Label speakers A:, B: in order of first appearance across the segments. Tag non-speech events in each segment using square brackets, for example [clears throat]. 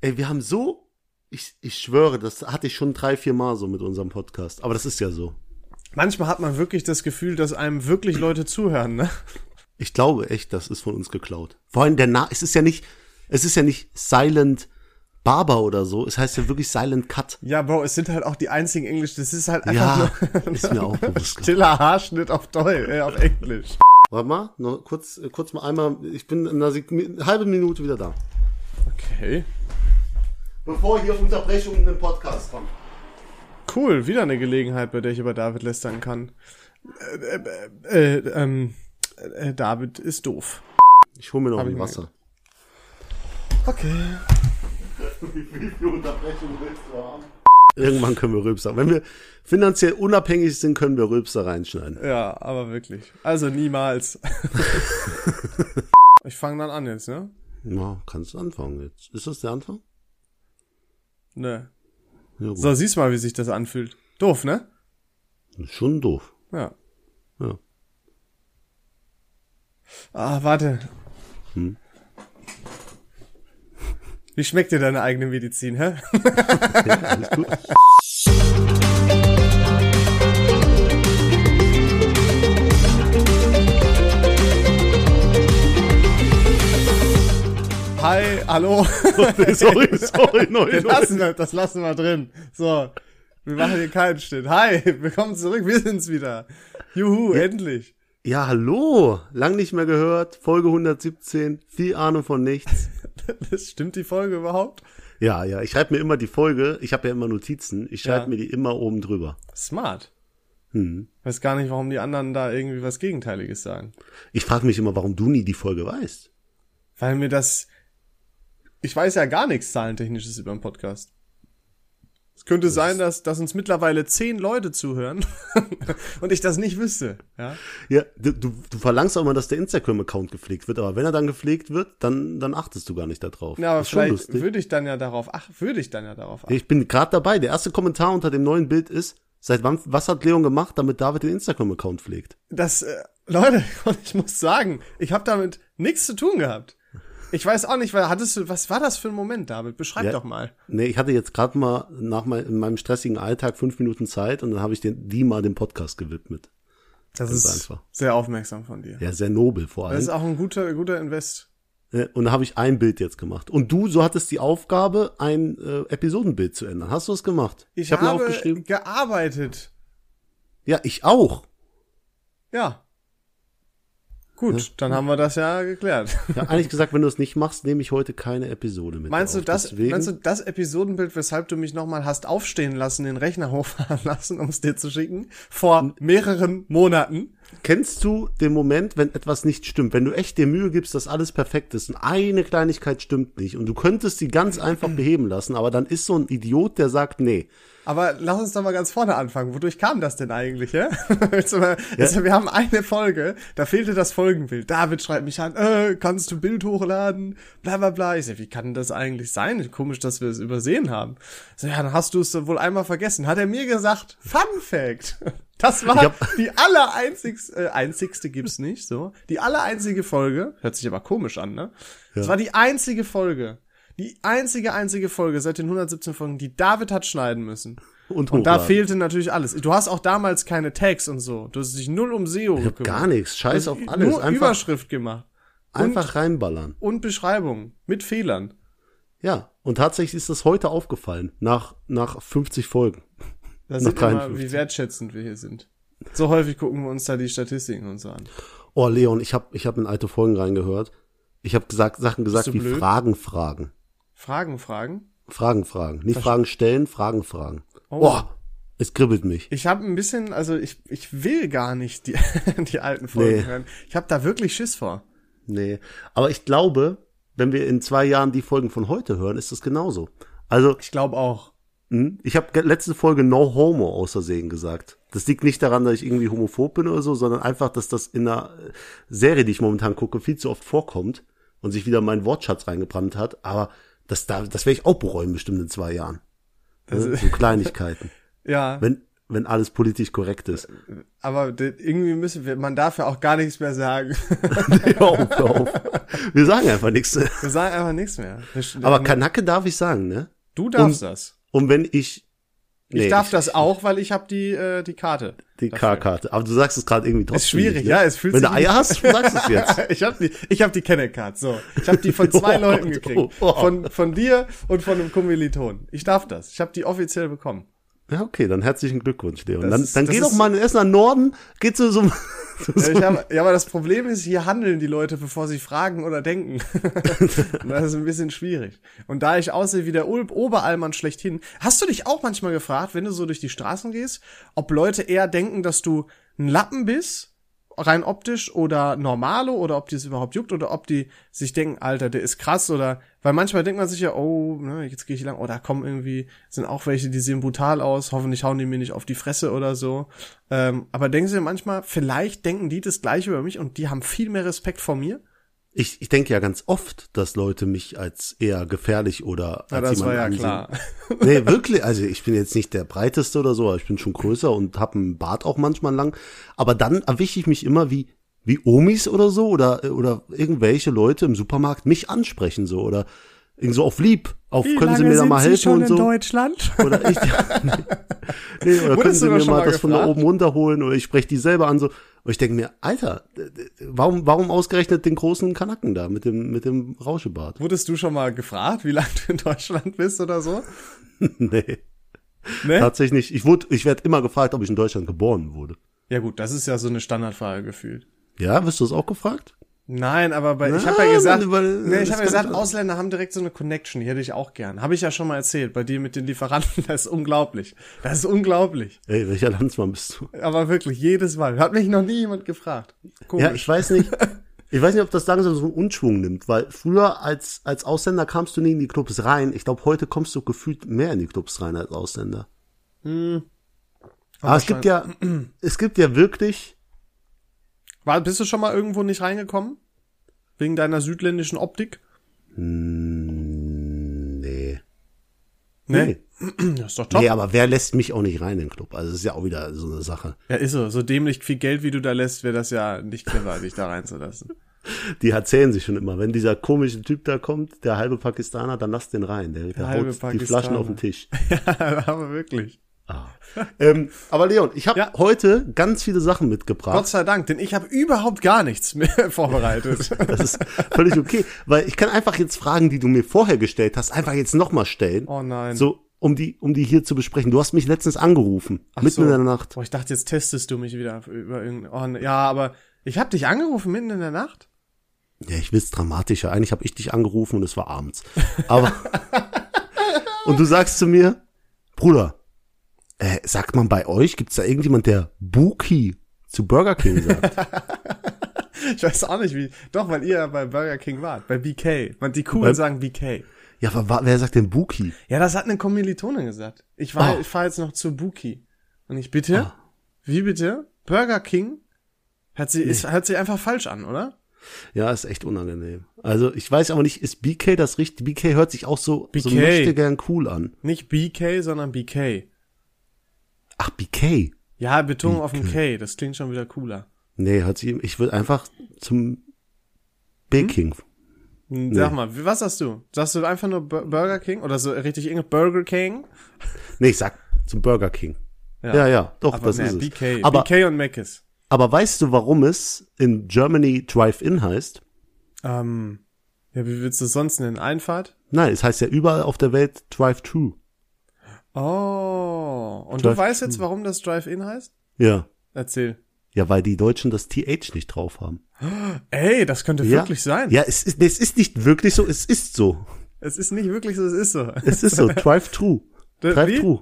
A: Ey, wir haben so, ich, ich schwöre, das hatte ich schon drei, vier Mal so mit unserem Podcast. Aber das ist ja so.
B: Manchmal hat man wirklich das Gefühl, dass einem wirklich Leute zuhören, ne?
A: Ich glaube echt, das ist von uns geklaut. Vor allem der Na es ist ja nicht, es ist ja nicht Silent Barber oder so, es heißt ja wirklich Silent Cut.
B: Ja, Bro, es sind halt auch die einzigen Englisch, das ist halt
A: Ja,
B: einfach nur
A: ist mir auch bewusst.
B: stiller Haarschnitt auf Deutsch, äh, auf Englisch.
A: Warte mal, nur kurz, kurz mal einmal, ich bin in einer Sek eine halbe Minute wieder da.
B: Okay.
A: Bevor hier Unterbrechungen in den Podcast kommen.
B: Cool, wieder eine Gelegenheit, bei der ich über David lästern kann. Äh, äh, äh, ähm, äh, David ist doof.
A: Ich hole mir noch
B: Hab
A: ein
B: ich
A: Wasser.
B: Okay.
A: Wie viel Unterbrechung willst du haben? Irgendwann können wir Rülpser. Wenn wir finanziell unabhängig sind, können wir Rülpser reinschneiden.
B: Ja, aber wirklich. Also
A: [laughs]
B: niemals. ich fange dann an jetzt, ne?
A: Na, kannst du anfangen jetzt. Ist das der Anfang?
B: Ne.
A: Ja, gut.
B: So, siehst mal, wie sich das anfühlt. Doof, ne?
A: Ist Schon doof.
B: Ja.
A: Ja.
B: Ah, warte.
A: Hm.
B: Wie schmeckt dir deine eigene Medizin, hä?
A: ja [laughs] alles gut.
B: Hi,
A: [laughs]
B: hallo.
A: [laughs] sorry, sorry, neu.
B: Das lassen, wir, das lassen wir drin. So, wir machen hier keinen Schnitt. Hi, willkommen zurück, wir sind's wieder. Juhu, endlich.
A: Ja, hallo. Lang nicht mehr gehört. Folge 117. Viel Ahnung von nichts.
B: Das stimmt die Folge überhaupt?
A: Ja, ja. Ich schreibe mir immer die Folge. Ich habe ja immer Notizen. Ich schreibe
B: Ja.
A: mir die immer oben drüber.
B: Smart.
A: Hm.
B: Weiß gar nicht, warum die anderen da irgendwie was Gegenteiliges sagen.
A: Ich frage mich immer, warum du nie die Folge weißt.
B: Weil mir das. Ich weiß ja gar nichts Zahlentechnisches über den Podcast. Es könnte sein, dass, dass uns mittlerweile zehn Leute zuhören [laughs] und ich das nicht wüsste. Ja?
A: Ja, du, du, du verlangst auch immer, dass der Instagram-Account gepflegt wird, aber wenn er dann gepflegt wird, dann, dann achtest du gar nicht darauf.
B: Na, aber
A: ist schon
B: vielleicht
A: lustig.
B: würde ich dann ja darauf ach, würde ich dann ja darauf achten.
A: Ich bin gerade dabei. Der erste Kommentar unter dem neuen Bild ist, seit wann, was hat Leon gemacht, damit David den Instagram-Account pflegt?
B: Das, äh, Leute, [laughs] und ich muss sagen, ich habe damit nichts zu tun gehabt. Ich weiß auch nicht, weil hattest du, was war das für ein Moment, David? Beschreib
A: Ja.
B: doch mal.
A: Nee, ich hatte jetzt gerade mal nach mein, in meinem stressigen Alltag fünf Minuten Zeit und dann habe ich den, die mal dem Podcast gewidmet.
B: Das
A: Ganz
B: ist
A: einfach.
B: sehr aufmerksam von dir.
A: Ja, sehr nobel vor
B: Das ist
A: allem.
B: auch ein guter, guter Invest.
A: Äh, Und da habe ich ein Bild jetzt gemacht. Und du, so hattest die Aufgabe, ein äh, Episodenbild zu ändern. Hast du es gemacht?
B: Ich,
A: hab
B: habe gearbeitet.
A: Ja, ich auch.
B: Ja. Gut, dann haben wir das
A: [laughs]
B: ja geklärt.
A: Ich
B: [laughs]
A: habe eigentlich gesagt, wenn du es nicht machst, nehme ich heute keine Episode mit.
B: Meinst du,
A: auf.
B: das,
A: Deswegen,
B: meinst du das Episodenbild, weshalb du mich nochmal hast aufstehen lassen, den Rechner [laughs] hochfahren lassen, um es dir zu schicken? Vor mehreren Monaten?
A: kennst du den Moment, wenn etwas nicht stimmt, wenn du echt dir Mühe gibst, dass alles perfekt ist und eine Kleinigkeit stimmt nicht und du könntest die ganz einfach beheben lassen, aber dann ist so ein Idiot, der sagt, nee,
B: Aber lass uns doch mal ganz vorne anfangen. Wodurch kam das denn eigentlich, ja? [laughs] Willst du mal- also wir haben eine Folge, da fehlte das Folgenbild. David schreibt mich an, äh, kannst du Bild hochladen? Bla bla bla. Ich sag, wie kann das eigentlich sein? Komisch, dass wir es übersehen haben. So, ja, dann hast du es doch wohl einmal vergessen. Hat er mir gesagt, Fun Fact. [laughs] Das war die allereinzigste, äh, einzigste gibt's nicht, so. Die allereinzige Folge, hört sich aber komisch an, ne? Das war die einzige Folge. Die einzige, einzige Folge seit den 117 Folgen, die David hat schneiden müssen.
A: Und
B: und da
A: hochladen.
B: fehlte natürlich alles. Du hast auch damals keine Tags und so. Du hast dich null um SEO
A: ich hab gar nichts, scheiß auf alles,
B: Also Nur
A: einfach,
B: Überschrift gemacht.
A: einfach reinballern.
B: Und Beschreibung. Mit Fehlern.
A: Ja, und tatsächlich ist das heute aufgefallen, nach, nach 50 Folgen.
B: Da
A: Nach
B: sieht man mal,
A: 53.
B: wie wertschätzend wir hier sind. So häufig gucken wir uns da die Statistiken und so an.
A: Oh, Leon, ich habe ich hab in alte Folgen reingehört. Ich habe gesagt, Sachen gesagt
B: du
A: wie
B: blöd?
A: Fragen, Fragen.
B: Fragen, Fragen.
A: Fragen, Fragen. Nicht Fragen stellen, Fragen, Fragen.
B: Oh.
A: Oh, es kribbelt mich.
B: Ich habe ein bisschen, also ich, ich will gar nicht die, [laughs] die alten Folgen
A: Nee.
B: hören. Ich habe da wirklich Schiss vor.
A: Nee. Aber ich glaube, wenn wir in zwei Jahren die Folgen von heute hören, ist das genauso. Also,
B: Ich glaube auch.
A: hm, ich habe letzte Folge No Homo außersehen gesagt. Das liegt nicht daran, dass ich irgendwie homophob bin oder so, sondern einfach, dass das in einer Serie, die ich momentan gucke, viel zu oft vorkommt und sich wieder mein Wortschatz reingebrannt hat. Aber das, da- das werde ich auch bereuen bestimmt in zwei Jahren. Ne? So Kleinigkeiten.
B: Ja.
A: Wenn, wenn alles politisch korrekt ist. [laughs]
B: Aber irgendwie müssen wir, man darf ja auch gar nichts mehr sagen.
A: hör auf, hör auf. Wir sagen einfach nichts.
B: Wir sagen einfach nichts mehr. Wir,
A: Aber Kanacke darf ich sagen, ne?
B: du darfst das.
A: Und wenn ich
B: Ich
A: nee,
B: darf das auch, weil ich habe die, äh, die Karte. [laughs]
A: die K-Karte. Aber du sagst es gerade irgendwie trotzdem.
B: Ist schwierig,
A: nicht, ne?
B: ja, es fühlt
A: Wenn
B: sich
A: du Eier hast, sagst du
B: [laughs]
A: es jetzt.
B: ich habe die, ich hab die Kennecard, so. Ich habe die von
A: [laughs]
B: zwei
A: Oh,
B: Leuten
A: oh,
B: gekriegt.
A: oh.
B: Von, von dir und von einem Kommiliton. Ich darf das. Ich habe die
A: [laughs]
B: offiziell bekommen.
A: Ja, okay, dann herzlichen Glückwunsch, Leon.
B: Das
A: Dann,
B: ist-
A: dann
B: das
A: geh
B: ist-
A: doch mal in Essen an den Norden, geh zu so einem. [laughs] zu
B: Ja,
A: so
B: ich hab, ja, aber das Problem ist, hier handeln die Leute, bevor sie fragen oder denken. Und das ist ein bisschen schwierig. Und da ich aussehe wie der Ulb Oberallmann schlechthin, hast du dich auch manchmal gefragt, wenn du so durch die Straßen gehst, ob Leute eher denken, dass du ein Lappen bist, rein optisch oder normalo, oder ob die es überhaupt juckt, oder ob die sich denken, Alter, der ist krass, oder, weil manchmal denkt man sich ja, oh, ne, jetzt gehe ich lang, oh, da kommen irgendwie, sind auch welche, die sehen brutal aus, hoffentlich hauen die mir nicht auf die Fresse oder so. Ähm, aber denkst du dir manchmal, vielleicht denken die das gleiche über mich und die haben viel mehr Respekt vor mir?
A: ich, ich denke ja ganz oft, dass Leute mich als eher gefährlich oder als
B: Ja, das war
A: jemand
B: ja
A: ansehen.
B: klar.
A: Nee, wirklich. Also ich bin jetzt nicht der breiteste oder so, aber ich bin schon größer und habe einen Bart auch manchmal lang. Aber dann erwische ich mich immer wie wie Omis oder so oder oder irgendwelche Leute im Supermarkt mich ansprechen so oder irgendwie so auf lieb, auf können Sie mir da mal helfen und so.
B: Deutschland?
A: Oder ich. [laughs] nee, oder können
B: Wurdest
A: Sie
B: du da
A: mir
B: schon
A: mal
B: mal
A: das von da
B: gefragt?
A: oben runterholen oder ich spreche die selber an so. Und ich denke mir, Alter, d- d- warum, warum ausgerechnet den großen Kanacken da mit dem, mit dem Rauschebart?
B: Wurdest du schon mal gefragt, wie lange du in Deutschland bist oder so?
A: [laughs] nee,
B: Ne?
A: tatsächlich nicht. Ich wurde, ich werde immer gefragt, ob ich in Deutschland geboren wurde.
B: Ja gut, das ist ja so eine Standardfrage gefühlt.
A: Ja, wirst du das auch gefragt?
B: Nein, aber bei, ich habe
A: Nein,
B: ja gesagt,
A: weil-
B: nee,
A: das
B: ich habe ja
A: kann
B: gesagt,
A: ich auch-
B: Ausländer haben direkt so eine Connection, die hätte ich auch gern. Habe ich ja schon mal erzählt, bei dir mit den Lieferanten, [laughs] das ist unglaublich. Das ist unglaublich.
A: Ey, welcher [laughs] Landsmann bist du?
B: Aber wirklich, jedes Mal. Hat mich noch nie jemand gefragt.
A: Ja, ich weiß nicht. Ich weiß nicht, ob das langsam so einen Unschwung nimmt, weil früher als, als Ausländer kamst du nie in die Clubs rein. Ich glaube, heute kommst du gefühlt mehr in die Clubs rein als Ausländer.
B: Hm.
A: Aber es gibt ja, es gibt ja wirklich,
B: War, bist du schon mal irgendwo nicht reingekommen? Wegen deiner südländischen Optik?
A: Hm, nee.
B: Nee. Das ist doch top.
A: Nee, aber wer lässt mich auch nicht rein in den Club? Also, das ist ja auch wieder so eine Sache.
B: Ja, ist so. So dämlich viel Geld, wie du da lässt, wäre das ja nicht
A: [laughs]
B: clever, dich da reinzulassen.
A: Die erzählen sich schon immer. Wenn dieser komische Typ da kommt, der halbe Pakistaner, dann lass den rein. Der, der
B: halbe
A: haut die Flaschen
B: Pakistaner.
A: auf den Tisch.
B: Aber wirklich.
A: Ah. [laughs] ähm, aber Leon, ich habe
B: Ja.
A: heute ganz viele Sachen
B: Gott
A: mitgebracht.
B: sei Dank, denn ich habe überhaupt gar nichts mehr [laughs] vorbereitet.
A: [laughs] Das ist völlig okay, weil ich kann einfach jetzt Fragen, die du mir vorher gestellt hast, einfach jetzt nochmal stellen.
B: Oh nein.
A: So, um die, um die hier zu besprechen. Du hast mich letztens angerufen, mitten
B: so.
A: in der Nacht.
B: Boah, ich dachte, jetzt testest du mich wieder über irgendein. Oh, ne- ja, aber ich habe dich angerufen mitten in der Nacht.
A: Ja, ich will's dramatischer. Eigentlich habe ich dich angerufen und es war abends.
B: [laughs]
A: Aber und du sagst zu mir, Bruder, äh, sagt man bei euch, gibt's da irgendjemand, der Buki zu Burger King
B: [laughs]
A: sagt?
B: Ich weiß auch nicht wie. Doch, weil ihr ja bei Burger King wart, bei BK. Man, die
A: Bei-
B: coolen sagen BK.
A: ja, aber wa- wer sagt denn Buki?
B: Ja, das hat eine Kommilitone gesagt. Ich war,
A: Ah.
B: ich fahre jetzt noch zu Buki. Und ich bitte,
A: Oh.
B: wie bitte? Burger King? Hört sie, ist, hört sie einfach falsch an, oder?
A: Ja, ist echt unangenehm. Also ich weiß aber nicht, ist BK das richtig? BK hört sich auch so, so
B: BK.
A: möchte gern cool an.
B: Nicht BK, sondern BK.
A: Ach, BK.
B: Ja, Betonung auf dem K, das klingt schon wieder cooler.
A: Nee, hört sich, ich will einfach zum Baking.
B: Hm, Sag mal, wie- was sagst du? Sagst du einfach nur Bur Burger King oder so richtig Englisch Burger King?
A: Nee, ich sag zum Burger King. Ja, ja, doch,
B: aber
A: das
B: nee,
A: ist es.
B: BK,
A: Aber,
B: BK und Mc's.
A: aber weißt du, warum es in Germany Drive-In heißt?
B: Ähm, ja, wie willst du es sonst nennen? Einfahrt?
A: Nein, es heißt ja überall auf der Welt Drive-Thru.
B: Oh, und du
A: Drive- hm.
B: weißt jetzt, warum das Drive-In heißt?
A: Ja.
B: Erzähl.
A: Ja, weil die Deutschen das TH nicht drauf haben.
B: Ey, das könnte
A: Ja.
B: wirklich sein.
A: Ja, es ist, nee, es ist nicht wirklich so, es ist so.
B: Es ist nicht wirklich so, es ist so.
A: Es ist
B: [laughs]
A: so, Drive-Thru.
B: Da-
A: Drive-Thru.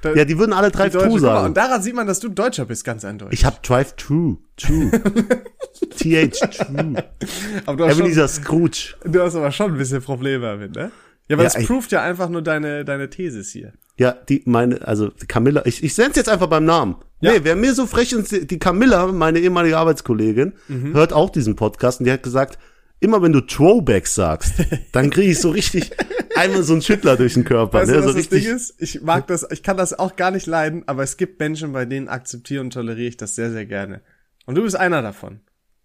B: Da-
A: Ja, die würden alle
B: Die
A: Drive-Thru
B: Guck mal, Und
A: sagen.
B: daran sieht man, dass du Deutscher bist, ganz eindeutig.
A: Ich hab Drive-Thru.
B: [laughs]
A: True. TH, true.
B: aber du hast, schon,
A: Ebenezer Scrooge.
B: du hast aber schon ein bisschen Probleme damit, ne? Ja, aber
A: Ja,
B: das
A: ich-
B: proved ja einfach nur deine, deine Thesis hier.
A: Ja, die, meine, also die Camilla, ich, ich nenn's jetzt einfach beim Namen.
B: Ja.
A: Nee, wer mir so
B: Mhm.
A: frech ist, die Camilla, meine ehemalige Arbeitskollegin, hört auch diesen Podcast und die hat gesagt, immer wenn du Throwbacks sagst, dann kriege ich so
B: [laughs]
A: richtig einmal so einen Schüttler durch den Körper.
B: Weißt
A: ne?
B: du, was
A: so
B: das
A: richtig,
B: Ding ist? Ich mag das, ich kann das auch gar nicht leiden, aber es gibt Menschen, bei denen akzeptiere und toleriere ich das sehr, sehr gerne. Und du bist einer davon.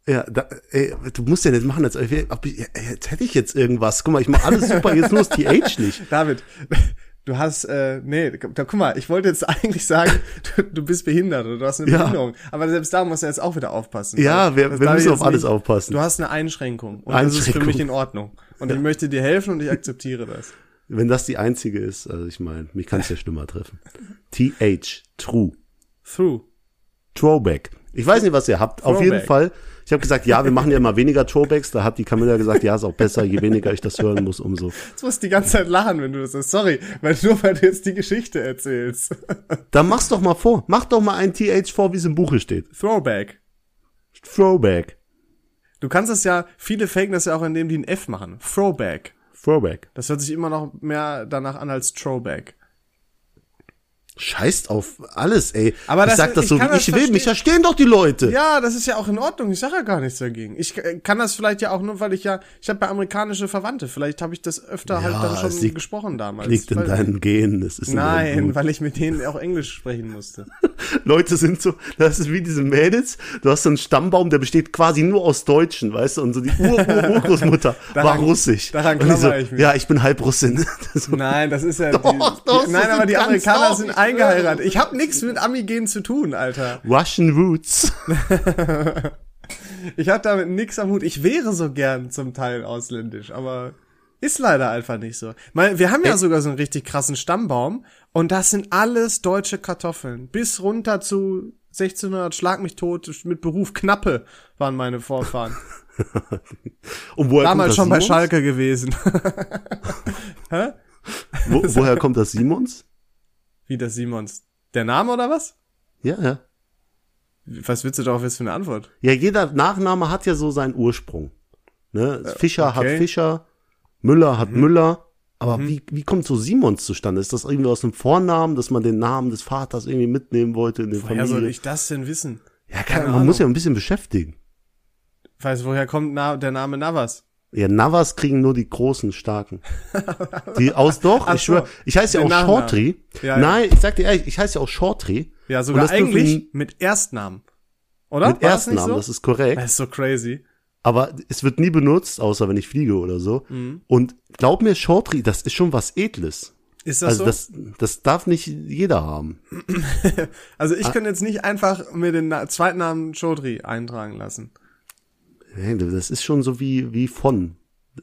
A: Ja, da, ey, du musst ja nicht machen, als ob ich, ob ich, jetzt hätte ich jetzt irgendwas. Guck mal, ich mache alles super, jetzt nur das TH nicht.
B: David, du hast, äh, nee, da, guck mal, ich wollte jetzt [laughs] eigentlich sagen, du, du bist behindert oder du hast eine
A: Ja.
B: Behinderung. Aber selbst da musst du jetzt auch wieder aufpassen.
A: Ja,
B: Also,
A: wir-
B: das
A: wir
B: darf ich
A: müssen
B: jetzt
A: auf alles aufpassen.
B: Du hast eine Einschränkung und das ist für
A: Einschränkung.
B: mich in Ordnung. Und ich möchte dir helfen und ich akzeptiere das.
A: Wenn das die einzige ist, also ich meine, mich kann es ja schlimmer treffen. TH, true.
B: Through.
A: Throwback. Ich weiß nicht, was ihr habt. Auf
B: Throwback.
A: jeden Fall. Ich habe gesagt, ja, wir machen ja immer weniger Throwbacks. Da hat die Camilla gesagt, ja, ist auch besser, je weniger ich das hören muss, umso.
B: Jetzt musst du die ganze Zeit lachen, wenn du das sagst. Sorry, weil nur weil du jetzt die Geschichte erzählst.
A: Dann mach's doch mal vor. Mach doch mal ein TH vor, wie es im Buche steht.
B: Throwback.
A: Throwback.
B: Du kannst es ja, viele faken das ja auch, indem die ein F machen. Throwback.
A: Throwback.
B: Das hört sich immer noch mehr danach an als Throwback.
A: Scheißt auf alles, ey.
B: Aber
A: ich
B: das-
A: sag das
B: ich
A: so, wie
B: kann das
A: ich will. Mich
B: verstehen.
A: verstehen doch die Leute.
B: Ja, das ist ja auch in Ordnung. Ich sage ja gar nichts dagegen. Ich äh, kann das vielleicht ja auch nur, weil ich ja, ich habe ja amerikanische Verwandte. Vielleicht habe ich das öfter halt dann schon
A: es liegt-
B: gesprochen damals.
A: Liegt in
B: Weil-
A: deinen Genen. Es ist in deinem
B: Nein,
A: Blut.
B: weil ich mit denen auch Englisch sprechen musste.
A: Leute sind so, das ist wie diese Mädels. Du hast so einen Stammbaum, der besteht quasi nur aus Deutschen, weißt du? Und so die Ur -Ur Urgroßmutter war
B: Daran-
A: russisch.
B: daran
A: Und die so,
B: klammer ich mich.
A: Ja, ich bin halb Russin. [laughs] so,
B: Nein, das ist
A: [laughs]
B: ja.
A: Doch,
B: die,
A: doch,
B: die, nein,
A: so
B: aber die
A: ganz
B: Amerikaner
A: doch,
B: sind
A: ich schwöre.
B: eingeheiratet. Ich habe nichts mit Amigen zu tun, Alter.
A: Russian Roots.
B: Ich habe damit nichts am Hut. Ich wäre so gern zum Teil ausländisch, aber ist leider einfach nicht so. Mal, wir haben ja sogar so einen richtig krassen Stammbaum und das sind alles deutsche Kartoffeln. Bis runter zu 1600, schlag mich tot, mit Beruf Knappe waren
A: [laughs]
B: meine Vorfahren.
A: [laughs] Und woher
B: Damals schon
A: kommt
B: bei
A: das Simons?
B: Schalke gewesen. [laughs]
A: Wo, woher kommt das Simons?
B: Wie das Simons. Der Name oder was?
A: Ja, ja.
B: Was willst du darauf jetzt für eine Antwort?
A: Ja, jeder Nachname hat ja so seinen Ursprung. Ne? Fischer
B: Äh, okay. Mhm.
A: hat Fischer, Müller hat Müller. Aber wie, wie kommt so Simons zustande? Ist das irgendwie aus einem Vornamen, dass man den Namen des Vaters irgendwie mitnehmen wollte in den
B: Woher soll
A: Familien?
B: ich das denn wissen?
A: Ja,
B: keine
A: kann, man muss ja ein bisschen beschäftigen.
B: Weiß, woher kommt Na der Name Navas?
A: Ja, Navas kriegen nur die großen
B: [laughs]
A: Starken. Die aus doch,
B: Ach
A: ich schwöre,
B: so.
A: ich heiße ja
B: Den
A: auch
B: Nachnamen.
A: Shortry.
B: Ja, ja.
A: Nein, ich sag dir ehrlich, ich heiße ja auch Shortry.
B: Ja, sogar
A: das dürfen-
B: eigentlich mit Erstnamen. Oder?
A: Mit
B: War das nicht
A: Erstnamen,
B: so?
A: das ist korrekt.
B: Das ist so crazy.
A: Aber es wird nie benutzt, außer wenn ich fliege oder so.
B: Mhm.
A: Und glaub mir, Shortry, das ist schon was Edles.
B: Ist
A: Also
B: das so?
A: das, das darf nicht jeder haben.
B: also
A: Ah.
B: ich könnte jetzt nicht einfach mir den Na Zweitnamen Chaudhry eintragen lassen.
A: Hey, Das ist schon so wie, wie von.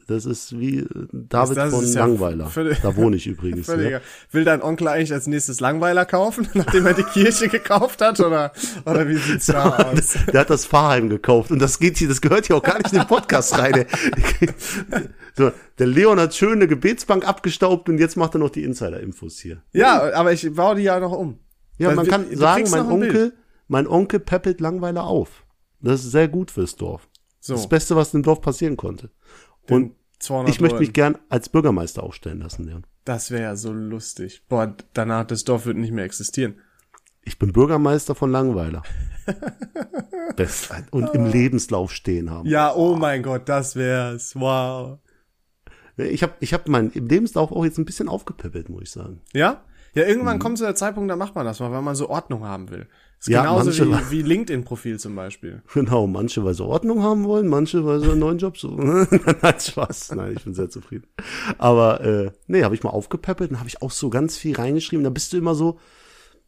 A: Das ist wie äh,
B: Das-
A: David
B: das
A: von
B: ist ja
A: Langweiler.
B: völlig-
A: da wohne ich übrigens.
B: [laughs] Völliger.
A: Ne?
B: Will dein Onkel eigentlich als nächstes Langweiler kaufen, [laughs] nachdem er die Kirche gekauft hat? Oder, oder
A: [laughs]
B: wie sieht's da aus?
A: Der hat das Fahrheim gekauft und das geht hier, das gehört hier auch gar nicht in den Podcast rein. ey. [laughs] So, der Leon hat schöne Gebetsbank abgestaubt und jetzt macht er noch die Insider-Infos hier.
B: Ja, aber ich baue die ja noch um.
A: Ja,
B: Weil
A: man
B: wir-
A: kann
B: du
A: sagen,
B: kriegst
A: mein
B: noch ein Bild.
A: Onkel, mein Onkel peppelt Langweiler auf. Das ist sehr gut fürs Dorf.
B: So.
A: Das Beste, was dem Dorf passieren konnte. Und
B: 200
A: ich möchte
B: Leuten.
A: mich gern als Bürgermeister aufstellen lassen, Leon.
B: Das wäre ja so lustig. Boah, danach, das Dorf wird nicht mehr existieren.
A: Ich bin Bürgermeister von
B: [laughs]
A: Langweiler. Best, und im Lebenslauf stehen haben.
B: Ah. Ja, oh mein Gott, das wär's. Wow.
A: Ich habe ich hab meinen Lebenslauf auch jetzt ein bisschen aufgepäppelt, muss ich sagen.
B: Ja? Ja, irgendwann kommt so der Zeitpunkt, da macht man das mal, weil man so Ordnung haben will. Ist
A: Mhm. Ja,
B: genauso
A: manche-
B: wie, wie LinkedIn-Profil zum Beispiel.
A: Genau, manche, weil sie Ordnung haben wollen, manche, weil sie einen neuen Job suchen. [laughs] Nein, Spaß. Nein, ich bin sehr zufrieden. Aber äh, nee, habe ich mal aufgepäppelt und habe ich auch so ganz viel reingeschrieben. Da bist du immer so,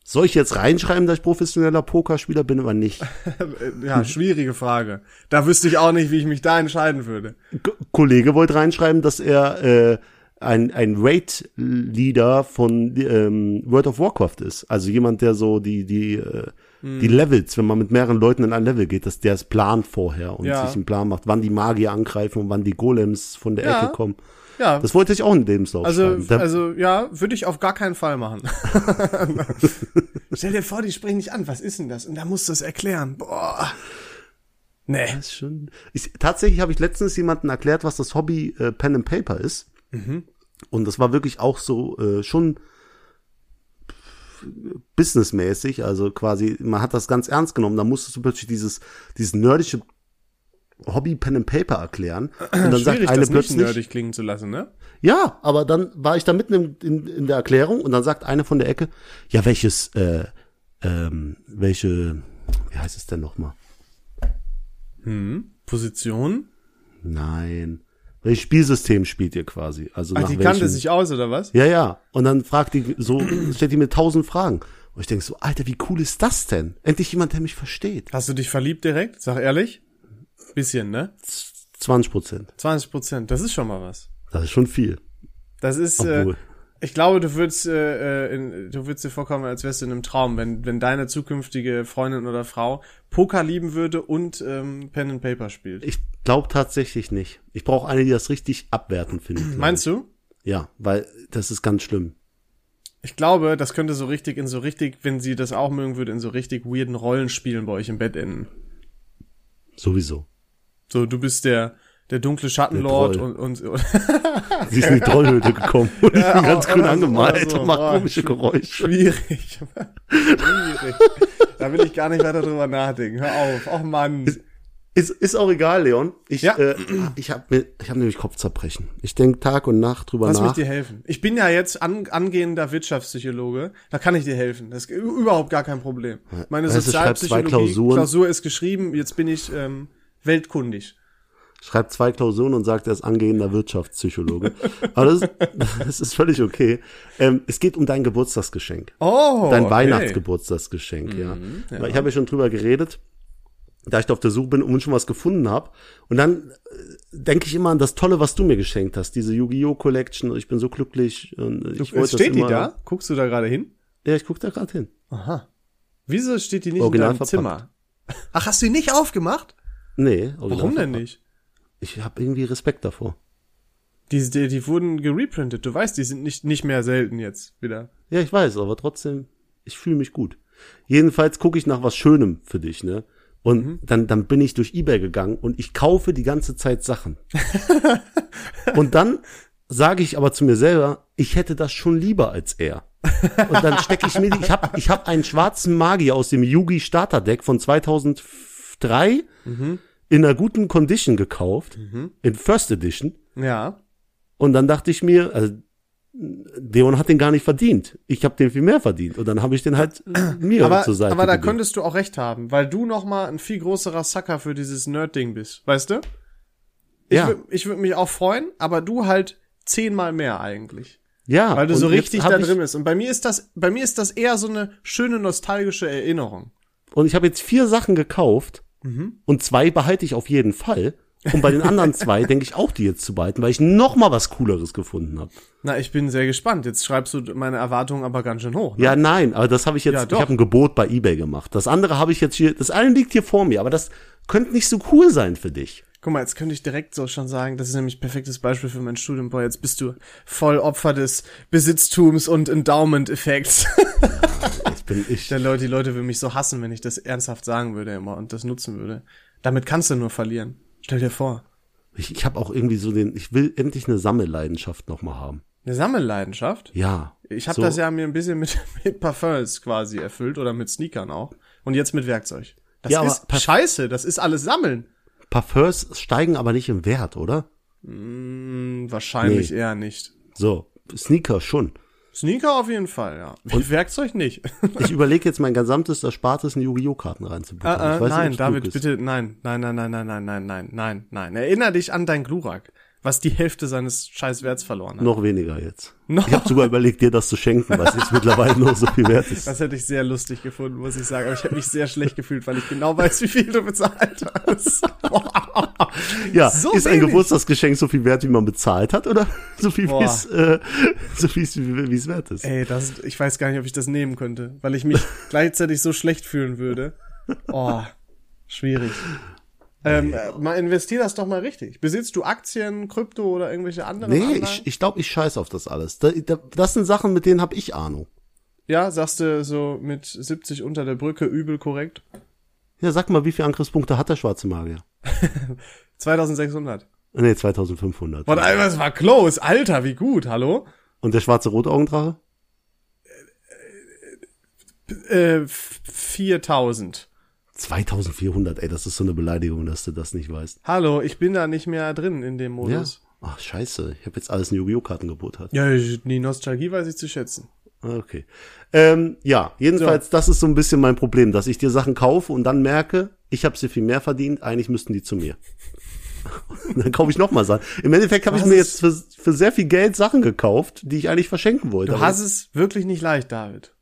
A: soll ich jetzt reinschreiben, dass ich professioneller Pokerspieler bin oder nicht?
B: Äh, Ja, schwierige Frage. Da wüsste ich auch nicht, wie ich mich da entscheiden würde.
A: K Kollege wollte reinschreiben, dass er äh, ein, ein Raid-Leader von ähm, World of Warcraft ist. Also jemand, der so die, die, äh, die
B: Hm.
A: Levels, wenn man mit mehreren Leuten in ein Level geht, dass der es plant vorher und
B: Ja.
A: sich einen Plan macht, wann die Magier angreifen und wann die Golems von der
B: Ja.
A: Ecke kommen.
B: Ja,
A: Das wollte ich auch in dem Lebenslauf
B: also,
A: schreiben. Da,
B: also ja, würde ich auf gar keinen Fall
A: [laughs]
B: machen. Stell dir vor, die sprechen dich an. Was ist denn das? Und da musst du es erklären. Boah. Nee.
A: das ist schon, ich, tatsächlich habe ich letztens jemandem erklärt, was das Hobby äh, Pen and Paper ist.
B: Mhm.
A: Und das war wirklich auch so äh, schon businessmäßig, also quasi, man hat das ganz ernst genommen, da musstest du plötzlich dieses, dieses nerdische Hobby Pen and Paper
B: [clears throat]
A: erklären. Und dann sagt eine
B: das nicht
A: plötzlich,
B: nerdig klingen zu lassen, ne?
A: ja, aber dann war ich da mitten in, in, in der Erklärung und dann sagt eine von der Ecke, ja, welches, äh, ähm, welche, wie heißt es denn nochmal?
B: Position?
A: Nein. Welches Spielsystem spielt ihr quasi? Also
B: Ach,
A: nach
B: die
A: welchem?
B: kannte sich aus, oder was?
A: Ja, ja. Und dann fragt die so, [clears throat] stellt die mir tausend Fragen. Und ich denk so, Alter, wie cool ist das denn? Endlich jemand, der mich versteht.
B: Hast du dich verliebt direkt? Sag ehrlich. Bisschen, ne?
A: 20 Prozent.
B: 20 Prozent, das ist schon mal was.
A: Das ist schon viel.
B: Das ist, äh,
A: Obwohl.
B: ich glaube, du würdest, äh, äh, in, du würdest dir vorkommen, als wärst du in einem Traum, wenn, wenn deine zukünftige Freundin oder Frau Poker lieben würde und ähm, Pen and Paper spielt.
A: Ich glaube tatsächlich nicht. Ich brauche eine, die das richtig abwertend findet.
B: [clears throat] Meinst du?
A: Ja, weil das ist ganz schlimm.
B: Ich glaube, das könnte so richtig in so richtig, wenn sie das auch mögen würde, in so richtig weirden Rollenspielen bei euch im Bett enden.
A: Sowieso.
B: So, du bist der, der dunkle Schattenlord
A: Der
B: und, und, und [laughs]
A: Sie ist in die Trollhöhle gekommen und ich bin ganz
B: oder
A: grün
B: so,
A: angemalt
B: oder so.
A: und macht
B: Boah,
A: komische Geräusche.
B: schwierig. [laughs] schwierig. Da will ich gar nicht weiter drüber nachdenken. Hör auf. Och Mann.
A: Ist, ist auch egal, Leon. Ich,
B: Ja.
A: äh, ich habe mir, ich habe nämlich Kopfzerbrechen. Ich denk Tag und Nacht drüber
B: Lass mich
A: nach.
B: dir helfen. Ich bin ja jetzt an, angehender Wirtschaftspsychologe. Da kann ich dir helfen. Das ist ü- überhaupt gar kein Problem. Meine
A: Weißt du, schreibst zwei
B: Sozialpsychologie
A: Klausuren.
B: Klausur ist geschrieben. Jetzt bin ich ähm, weltkundig.
A: schreibt zwei Klausuren und sagt, er ist angehender Wirtschaftspsychologe. [laughs] Aber das, das ist völlig okay. Ähm, es geht um dein Geburtstagsgeschenk.
B: Oh,
A: dein
B: okay. Mhm,
A: Weihnachtsgeburtstagsgeschenk, ja. Weil Ich habe ja schon drüber geredet, da ich da auf der Suche bin und schon was gefunden habe. Und dann äh, denke ich immer an das Tolle, was du mir geschenkt hast, diese Yu-Gi-Oh! Collection. Ich bin so glücklich. Und äh, ich wollte
B: Jetzt steht
A: das
B: die
A: immer,
B: da? Guckst du da gerade hin?
A: Ja, ich gucke da gerade hin.
B: Aha. Wieso steht die nicht
A: Original
B: in deinem
A: verpackt.
B: Zimmer? Ach, hast du ihn nicht aufgemacht?
A: Nee,
B: Warum
A: original.
B: denn nicht?
A: Ich habe irgendwie Respekt davor.
B: Die, die, die wurden gereprintet. Du weißt, die sind nicht, nicht mehr selten jetzt wieder.
A: Ja, ich weiß, aber trotzdem, ich fühle mich gut. Jedenfalls gucke ich nach was Schönem für dich, ne? Und dann, dann bin ich durch Ebay gegangen und ich kaufe die ganze Zeit Sachen. und dann sage ich aber zu mir selber, ich hätte das schon lieber als er. Und dann stecke ich mir, die, ich habe ich hab einen schwarzen Magier aus dem Yugi Starter Deck von 2003 in einer guten Condition gekauft, in First Edition.
B: Ja.
A: Und dann dachte ich mir, also Deon hat den gar nicht verdient. Ich habe den viel mehr verdient. Und dann habe ich den
B: [clears throat]
A: halt äh, mir
B: Aber,
A: zur Seite
B: aber da
A: gelegt.
B: könntest du auch recht haben, weil du noch mal ein viel größerer Sucker für dieses Nerd-Ding bist, weißt du? Ich
A: Ja.
B: wür- Ich würde mich auch freuen, aber du halt zehnmal mehr eigentlich.
A: ja,
B: Weil du so
A: und jetzt
B: richtig
A: hab
B: da
A: ich,
B: drin bist. Und bei mir ist das, bei mir ist das eher so eine schöne nostalgische Erinnerung.
A: Und ich habe jetzt vier Sachen gekauft
B: Mhm.
A: und zwei behalte ich auf jeden Fall. Und bei den
B: [laughs]
A: anderen zwei denke ich auch, die jetzt zu behalten, weil ich noch mal was Cooleres gefunden habe.
B: Na, ich bin sehr gespannt. Jetzt schreibst du meine Erwartungen aber ganz schön hoch. Ne?
A: Ja, nein, aber das habe ich jetzt,
B: Ja,
A: ich
B: doch.
A: habe ein Gebot bei eBay gemacht. Das andere habe ich jetzt hier, das eine liegt hier vor mir, aber das könnte nicht so cool sein für dich.
B: Guck mal, jetzt könnte ich direkt so schon sagen, das ist nämlich ein perfektes Beispiel für mein Studium. Boah, jetzt bist du voll Opfer des Besitztums und Endowment-Effekts.
A: Ich bin ich.
B: Der Leute, die Leute würden mich so hassen, wenn ich das ernsthaft sagen würde immer und das nutzen würde. Damit kannst du nur verlieren. Stell dir vor.
A: Ich, ich habe auch irgendwie so den, ich will endlich eine Sammelleidenschaft noch mal haben.
B: Eine Sammelleidenschaft.
A: Ja.
B: Ich habe
A: so,
B: das ja mir ein bisschen mit, [laughs] mit Parfums quasi erfüllt oder mit Sneakern auch. Und jetzt mit Werkzeug. Das
A: Ja, aber
B: ist
A: Parf-
B: scheiße, das ist alles Sammeln.
A: Parfums steigen aber nicht im Wert, oder?
B: Hm, wahrscheinlich
A: Nee.
B: eher nicht.
A: So, Sneaker schon.
B: Sneaker auf jeden Fall, ja. Und [laughs] Werkzeug nicht.
A: [laughs] Ich überlege jetzt mein gesamtes Erspartes in Yu-Gi-Oh! Karten reinzubekommen.
B: Ah, ah,
A: ich weiß
B: nein,
A: nicht, ob's klug
B: David,
A: ist.
B: bitte, nein, nein, nein, nein, nein, nein, nein, nein, nein, nein. Erinner dich an dein Glurak, was die Hälfte seines scheiß Werts verloren hat.
A: Noch weniger jetzt.
B: Noch-
A: Ich habe sogar überlegt, dir das zu schenken, weil es jetzt mittlerweile nur so viel wert
B: [laughs]
A: ist.
B: Das hätte ich sehr lustig gefunden, muss ich sagen. Aber ich habe mich sehr schlecht gefühlt, weil ich genau weiß, wie viel du bezahlt hast.
A: [laughs] Ja,
B: so
A: ist ein
B: wenig.
A: Geburtstagsgeschenk so viel wert, wie man bezahlt hat, oder [laughs] so viel,
B: Boah.
A: wie es äh, so viel, wie es wert ist?
B: Ey, das, ich weiß gar nicht, ob ich das nehmen könnte, weil
A: [laughs]
B: ich mich gleichzeitig so schlecht fühlen würde. Oh, schwierig. Ähm, äh, mal investier das doch mal richtig. Besitzt du Aktien, Krypto oder irgendwelche anderen
A: Nee,
B: Anlagen?
A: ich, ich glaube, ich scheiß auf das alles. Da, da, das sind Sachen, mit denen habe ich Ahnung.
B: ja, sagst du so mit 70 unter der Brücke übel korrekt?
A: Ja, sag mal, wie viele Angriffspunkte hat der schwarze Magier?
B: 2600.
A: Nee, 2500.
B: Boah, das war close. Alter, wie gut. Hallo?
A: Und der schwarze Rotaugendrache?
B: Äh, 4000.
A: 2400, ey, das ist so eine Beleidigung, dass du das nicht weißt.
B: Hallo, ich bin da nicht mehr drin in dem Modus.
A: Ja? Ach, scheiße. Ich habe jetzt alles in Yu-Gi-Oh! Kartengebot halt.
B: Ja, ich- die Nostalgie weiß ich zu schätzen.
A: Ah, Okay. Ähm, ja, jedenfalls, das ist so ein bisschen mein Problem, dass ich dir Sachen kaufe und dann merke, ich habe sie viel mehr verdient, eigentlich müssten die zu mir. [laughs] dann kaufe ich nochmal Sachen. Im Endeffekt habe ich
B: hast
A: mir jetzt
B: es-
A: für, für sehr viel Geld Sachen gekauft, die ich eigentlich verschenken wollte.
B: Du
A: Aber
B: hast es wirklich nicht leicht, David.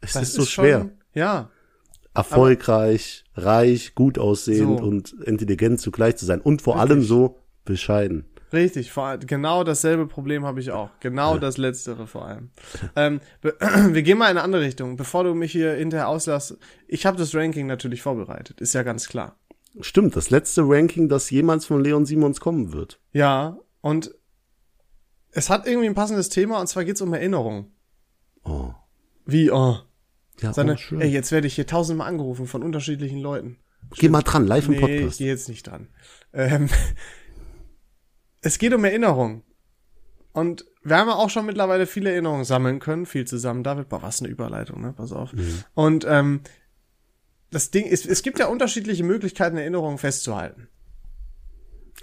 A: es ist so schwer.
B: Schon, ja.
A: Erfolgreich, reich, gut aussehend
B: So.
A: und intelligent zugleich zu sein. Und vor allem so bescheiden.
B: Richtig, vor allem, genau dasselbe Problem habe ich auch. Genau das letztere vor allem. Ähm, be- [clears throat] wir gehen mal in eine andere Richtung. Bevor du mich hier hinterher auslass, ich habe das Ranking natürlich vorbereitet, ist ja ganz klar.
A: Stimmt, das letzte Ranking, das jemals von Leon Simons kommen wird.
B: Ja, und es hat irgendwie ein passendes Thema und zwar geht's um Erinnerung.
A: Oh.
B: Wie, oh,
A: Ja,
B: seine,
A: oh, schön.
B: ey, jetzt werde ich hier tausendmal angerufen von unterschiedlichen Leuten.
A: Geh mal dran, live im
B: Nee, ich
A: Podcast.
B: gehe jetzt nicht dran. Ähm, [laughs] es geht um Erinnerung. Und wir haben ja auch schon mittlerweile viele Erinnerungen sammeln können, viel zusammen. David, boah, was eine Überleitung, ne? Pass auf.
A: Mhm.
B: Und ähm, das Ding ist, es gibt ja unterschiedliche Möglichkeiten, Erinnerungen festzuhalten.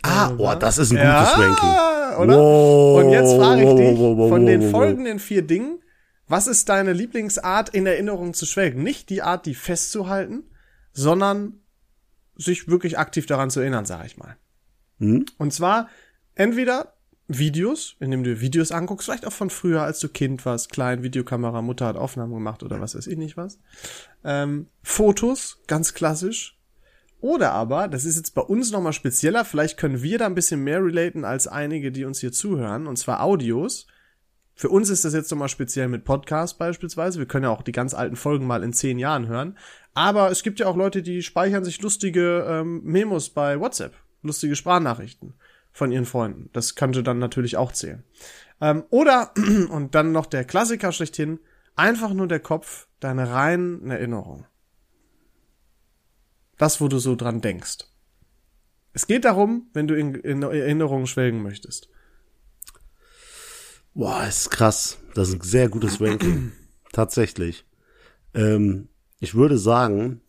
A: Ah, oh, das ist ein
B: Ja,
A: gutes Ranking.
B: oder?
A: Wow,
B: Und jetzt frage ich
A: wow,
B: dich,
A: wow, wow,
B: von
A: wow,
B: den
A: wow, wow.
B: folgenden vier Dingen, was ist deine Lieblingsart, in Erinnerung zu schwelgen? Nicht die Art, die festzuhalten, sondern sich wirklich aktiv daran zu erinnern, sage ich mal. Und zwar entweder Videos, indem du dir Videos anguckst, vielleicht auch von früher, als du Kind warst, klein, Videokamera, Mutter hat Aufnahmen gemacht oder was weiß ich nicht was. Ähm, Fotos, ganz klassisch, oder aber, das ist jetzt bei uns nochmal spezieller, vielleicht können wir da ein bisschen mehr relaten als einige, die uns hier zuhören, und zwar Audios. Für uns ist das jetzt nochmal speziell mit Podcast beispielsweise. Wir können ja auch die ganz alten Folgen mal in zehn Jahren hören. Aber es gibt ja auch Leute, die speichern sich lustige ähm, Memos bei WhatsApp, lustige Sprachnachrichten von ihren Freunden. Das könnte dann natürlich auch zählen. Ähm, oder, [clears throat] und dann noch der Klassiker schlechthin, einfach nur der Kopf, deine reinen Erinnerungen das, wo du so dran denkst. Es geht darum, wenn du in, in Erinnerungen schwelgen möchtest.
A: Boah, ist krass. Das ist ein sehr gutes
B: [clears throat]
A: Ranking. Tatsächlich. Ähm, ich würde sagen,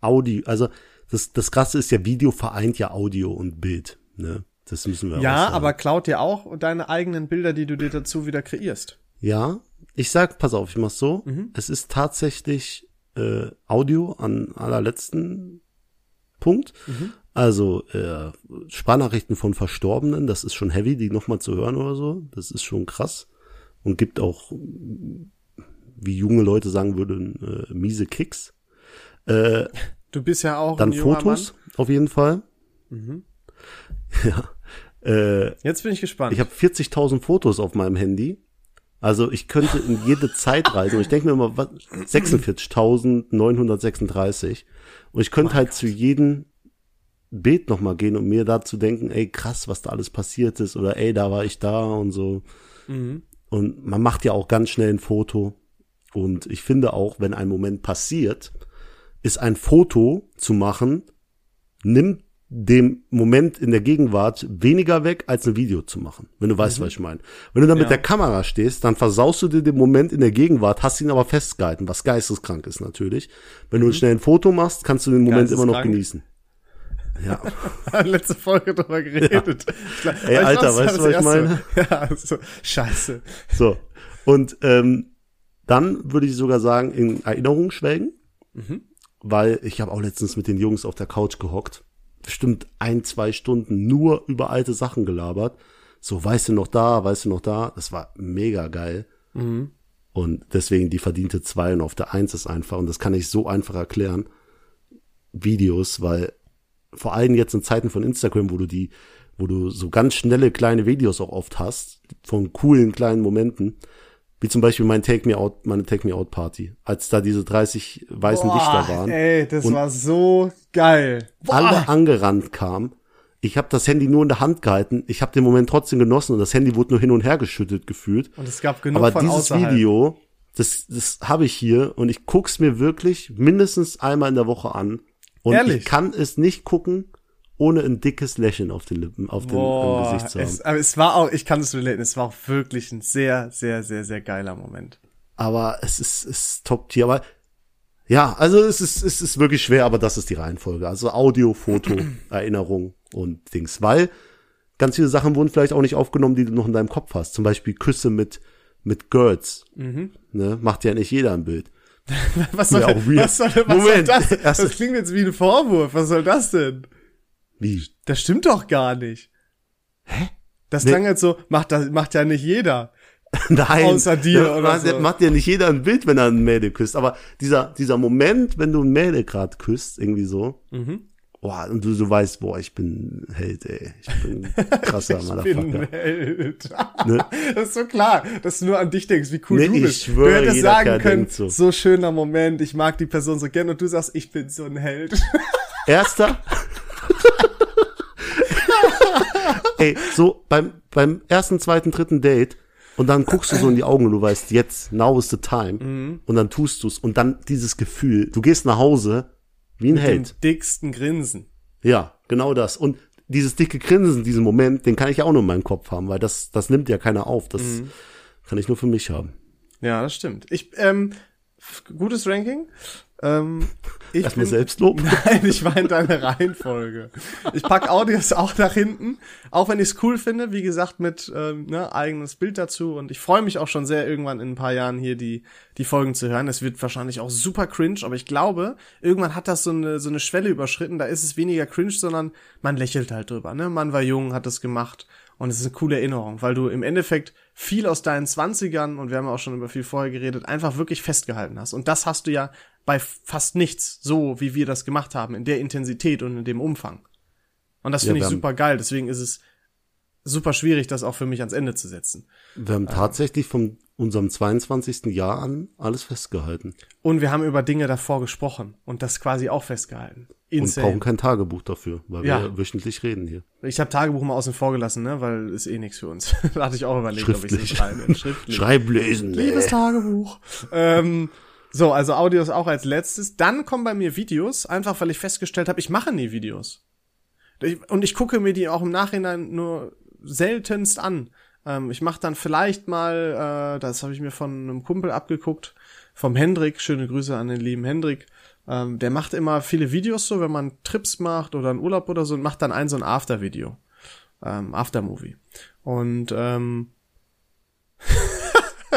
A: Audio, also das, das Krasse ist ja, Video vereint ja Audio und Bild. Ne? Das müssen wir auch
B: Ja,
A: sagen.
B: aber klaut dir auch deine eigenen Bilder, die du dir dazu wieder kreierst.
A: Ja, ich sag, pass auf, ich mach's so.
B: Mhm.
A: Es ist tatsächlich äh, Audio an allerletzten Punkt.
B: Mhm.
A: Also äh, Sprachnachrichten von Verstorbenen, das ist schon heavy, die nochmal zu hören oder so. Das ist schon krass und gibt auch, wie junge Leute sagen würden, äh, miese Kicks.
B: Du bist ja auch
A: Dann
B: ein junger Mhm.
A: Fotos auf jeden Fall. [laughs] Ja. Äh,
B: Mann. Jetzt bin ich gespannt. [laughs]
A: Ich habe 40.000 Fotos auf meinem Handy. Also ich könnte in jede Zeit reisen. Und ich denke mir immer, was- 46.936. Und ich könnte halt zu jedem Bild nochmal gehen und mir dazu denken, ey, krass, was da alles passiert ist. Oder ey, da war ich da und so. Und man macht ja auch ganz schnell ein Foto. Und ich finde auch, wenn ein Moment passiert, ist ein Foto zu machen, nimmt dem Moment in der Gegenwart weniger weg, als ein Video zu machen. Wenn du weißt, was ich meine. Wenn du dann mit
B: Mhm. Ja.
A: der Kamera stehst, dann versaust du dir den Moment in der Gegenwart, hast ihn aber festgehalten, was geisteskrank ist natürlich. Wenn du schnell ein Foto machst, kannst du den Moment immer noch
B: Mhm. Geisteskrank?
A: genießen. Ja,
B: letzte Folge drüber geredet. Ja.
A: Ey, Alter, weißt du, was ich meine?
B: [laughs] Ja, so, scheiße.
A: so. Und ähm, dann würde ich sogar sagen, in Erinnerung schwelgen, weil ich habe auch letztens mit den Jungs auf der Couch gehockt, bestimmt ein, zwei Stunden nur über alte Sachen gelabert. So, weißt du noch da, weißt du noch da? Das war mega geil. Und deswegen die verdiente zwei und auf der eins ist einfach, und das kann ich so einfach erklären, Videos, weil vor allem jetzt in Zeiten von Instagram, wo du die, wo du so ganz schnelle kleine Videos auch oft hast, von coolen kleinen Momenten, wie zum Beispiel mein Take Me Out, meine Take Me Out Party, als da diese 30 weißen Dichter waren,
B: ey, das war so geil.
A: alle angerannt kamen. Ich habe das Handy nur in der Hand gehalten, ich habe den Moment trotzdem genossen und das Handy wurde nur hin und her geschüttet gefühlt.
B: Und es gab genug
A: Aber
B: von
A: dieses
B: außerhalb.
A: Video, das, das habe ich hier und ich guck's mir wirklich mindestens einmal in der Woche an. Und ich
B: Ehrlich?
A: kann es nicht gucken, ohne ein dickes Lächeln auf den Lippen, auf dem am Gesicht zu haben.
B: es, aber es war auch, ich kann es relaten, es war auch wirklich ein sehr, sehr, sehr, sehr geiler Moment.
A: aber es ist, es ist top tier. Aber Ja, also es ist, es ist wirklich schwer, aber das ist die Reihenfolge. Also Audio,
B: [clears throat]
A: Foto, Erinnerung und Dings. Weil ganz viele Sachen wurden vielleicht auch nicht aufgenommen, die du noch in deinem Kopf hast. Zum Beispiel Küsse mit, mit Girls.
B: Mhm.
A: Ne? Macht ja nicht jeder ein Bild.
B: Was soll,
A: Ja, auch weird.
B: was soll, was
A: Moment. [laughs]
B: soll das?
A: Erst-
B: Das klingt jetzt wie ein Vorwurf. Was soll das denn?
A: Wie? [laughs]
B: Das stimmt doch gar nicht. Hä? Das
A: Nee.
B: klang jetzt so, macht, das, macht ja nicht jeder.
A: Nein.
B: Außer dir
A: Ja,
B: oder
A: macht,
B: so.
A: macht ja nicht jeder ein Bild, wenn er ein Mädel küsst. Aber dieser, dieser Moment, wenn du ein Mädel gerade küsst, irgendwie so.
B: Mhm.
A: Boah, und du, du weißt, boah, ich bin ein Held, ey. Ich bin
B: [laughs]
A: ein krasser Motherfucker. [laughs] Ne?
B: Welt. [laughs] Das ist so klar, dass du nur an dich denkst, wie cool
A: Nee,
B: du
A: ich
B: bist.
A: schwöre,
B: du hättest
A: jeder
B: sagen
A: Kerl
B: können,
A: denkt so.
B: so schöner Moment, ich mag die Person so gern und du sagst, ich bin so ein Held.
A: Erster. ey, so beim, beim ersten, zweiten, dritten Date. Und dann guckst du so in die Augen und du weißt, jetzt, now is the time.
B: Mhm.
A: Und dann tust du's. Und dann dieses Gefühl, du gehst nach Hause wie ein Held.
B: [laughs] Im dicksten Grinsen.
A: Ja, genau das. Und dieses dicke Grinsen, diesen Moment, den kann ich ja auch nur in meinem Kopf haben, weil das, das nimmt ja keiner auf. Das
B: Mhm.
A: kann ich nur für mich haben.
B: Ja, das stimmt. Ich, ähm, f- gutes Ranking. Ähm, ich
A: Erstmal
B: bin,
A: Selbstlob.
B: [laughs] Nein, ich war in deiner Reihenfolge. Ich pack Audios auch nach hinten, auch wenn ich es cool finde, wie gesagt, mit ähm, ne, eigenes Bild dazu. Und ich freue mich auch schon sehr, irgendwann in ein paar Jahren hier die, die Folgen zu hören. Es wird wahrscheinlich auch super cringe, aber ich glaube, irgendwann hat das so eine, so eine Schwelle überschritten. Da ist es weniger cringe, sondern man lächelt halt drüber. Ne? Man war jung, hat das gemacht. Und es ist eine coole Erinnerung, weil du im Endeffekt viel aus deinen 20ern, und wir haben ja auch schon über viel vorher geredet, einfach wirklich festgehalten hast. Und das hast du ja bei fast nichts, so wie wir das gemacht haben, in der Intensität und in dem Umfang. Und das
A: Ja, wir
B: finde ich
A: haben-
B: super geil, deswegen ist es super schwierig, das auch für mich ans Ende zu setzen.
A: Wir haben tatsächlich von unserem 22. Jahr an alles festgehalten
B: Und wir haben über Dinge davor gesprochen und das quasi auch festgehalten.
A: und
B: Insane.
A: brauchen kein Tagebuch dafür, weil
B: Ja.
A: wir wöchentlich reden hier.
B: Ich habe Tagebuch mal außen vor gelassen, ne, weil ist eh nichts für uns. [laughs] da hatte ich auch überlegt, ob ich
A: Schriftlich.
B: es schreibe. Schriftlich.
A: Schreib lesen. nee.
B: Liebes Tagebuch. ähm, so, also Audios auch als letztes. Dann kommen bei mir Videos, einfach weil ich festgestellt habe, ich mache nie Videos. Ich- Und ich gucke mir die auch im Nachhinein nur seltenst an. Ähm, ich mache dann vielleicht mal, äh, das habe ich mir von einem Kumpel abgeguckt, vom Hendrik. Schöne Grüße an den lieben Hendrik. Ähm, der macht immer viele Videos so, wenn man Trips macht oder einen Urlaub oder so und macht dann ein so ein After-Video. Ähm, After-Movie. Und ähm, [laughs]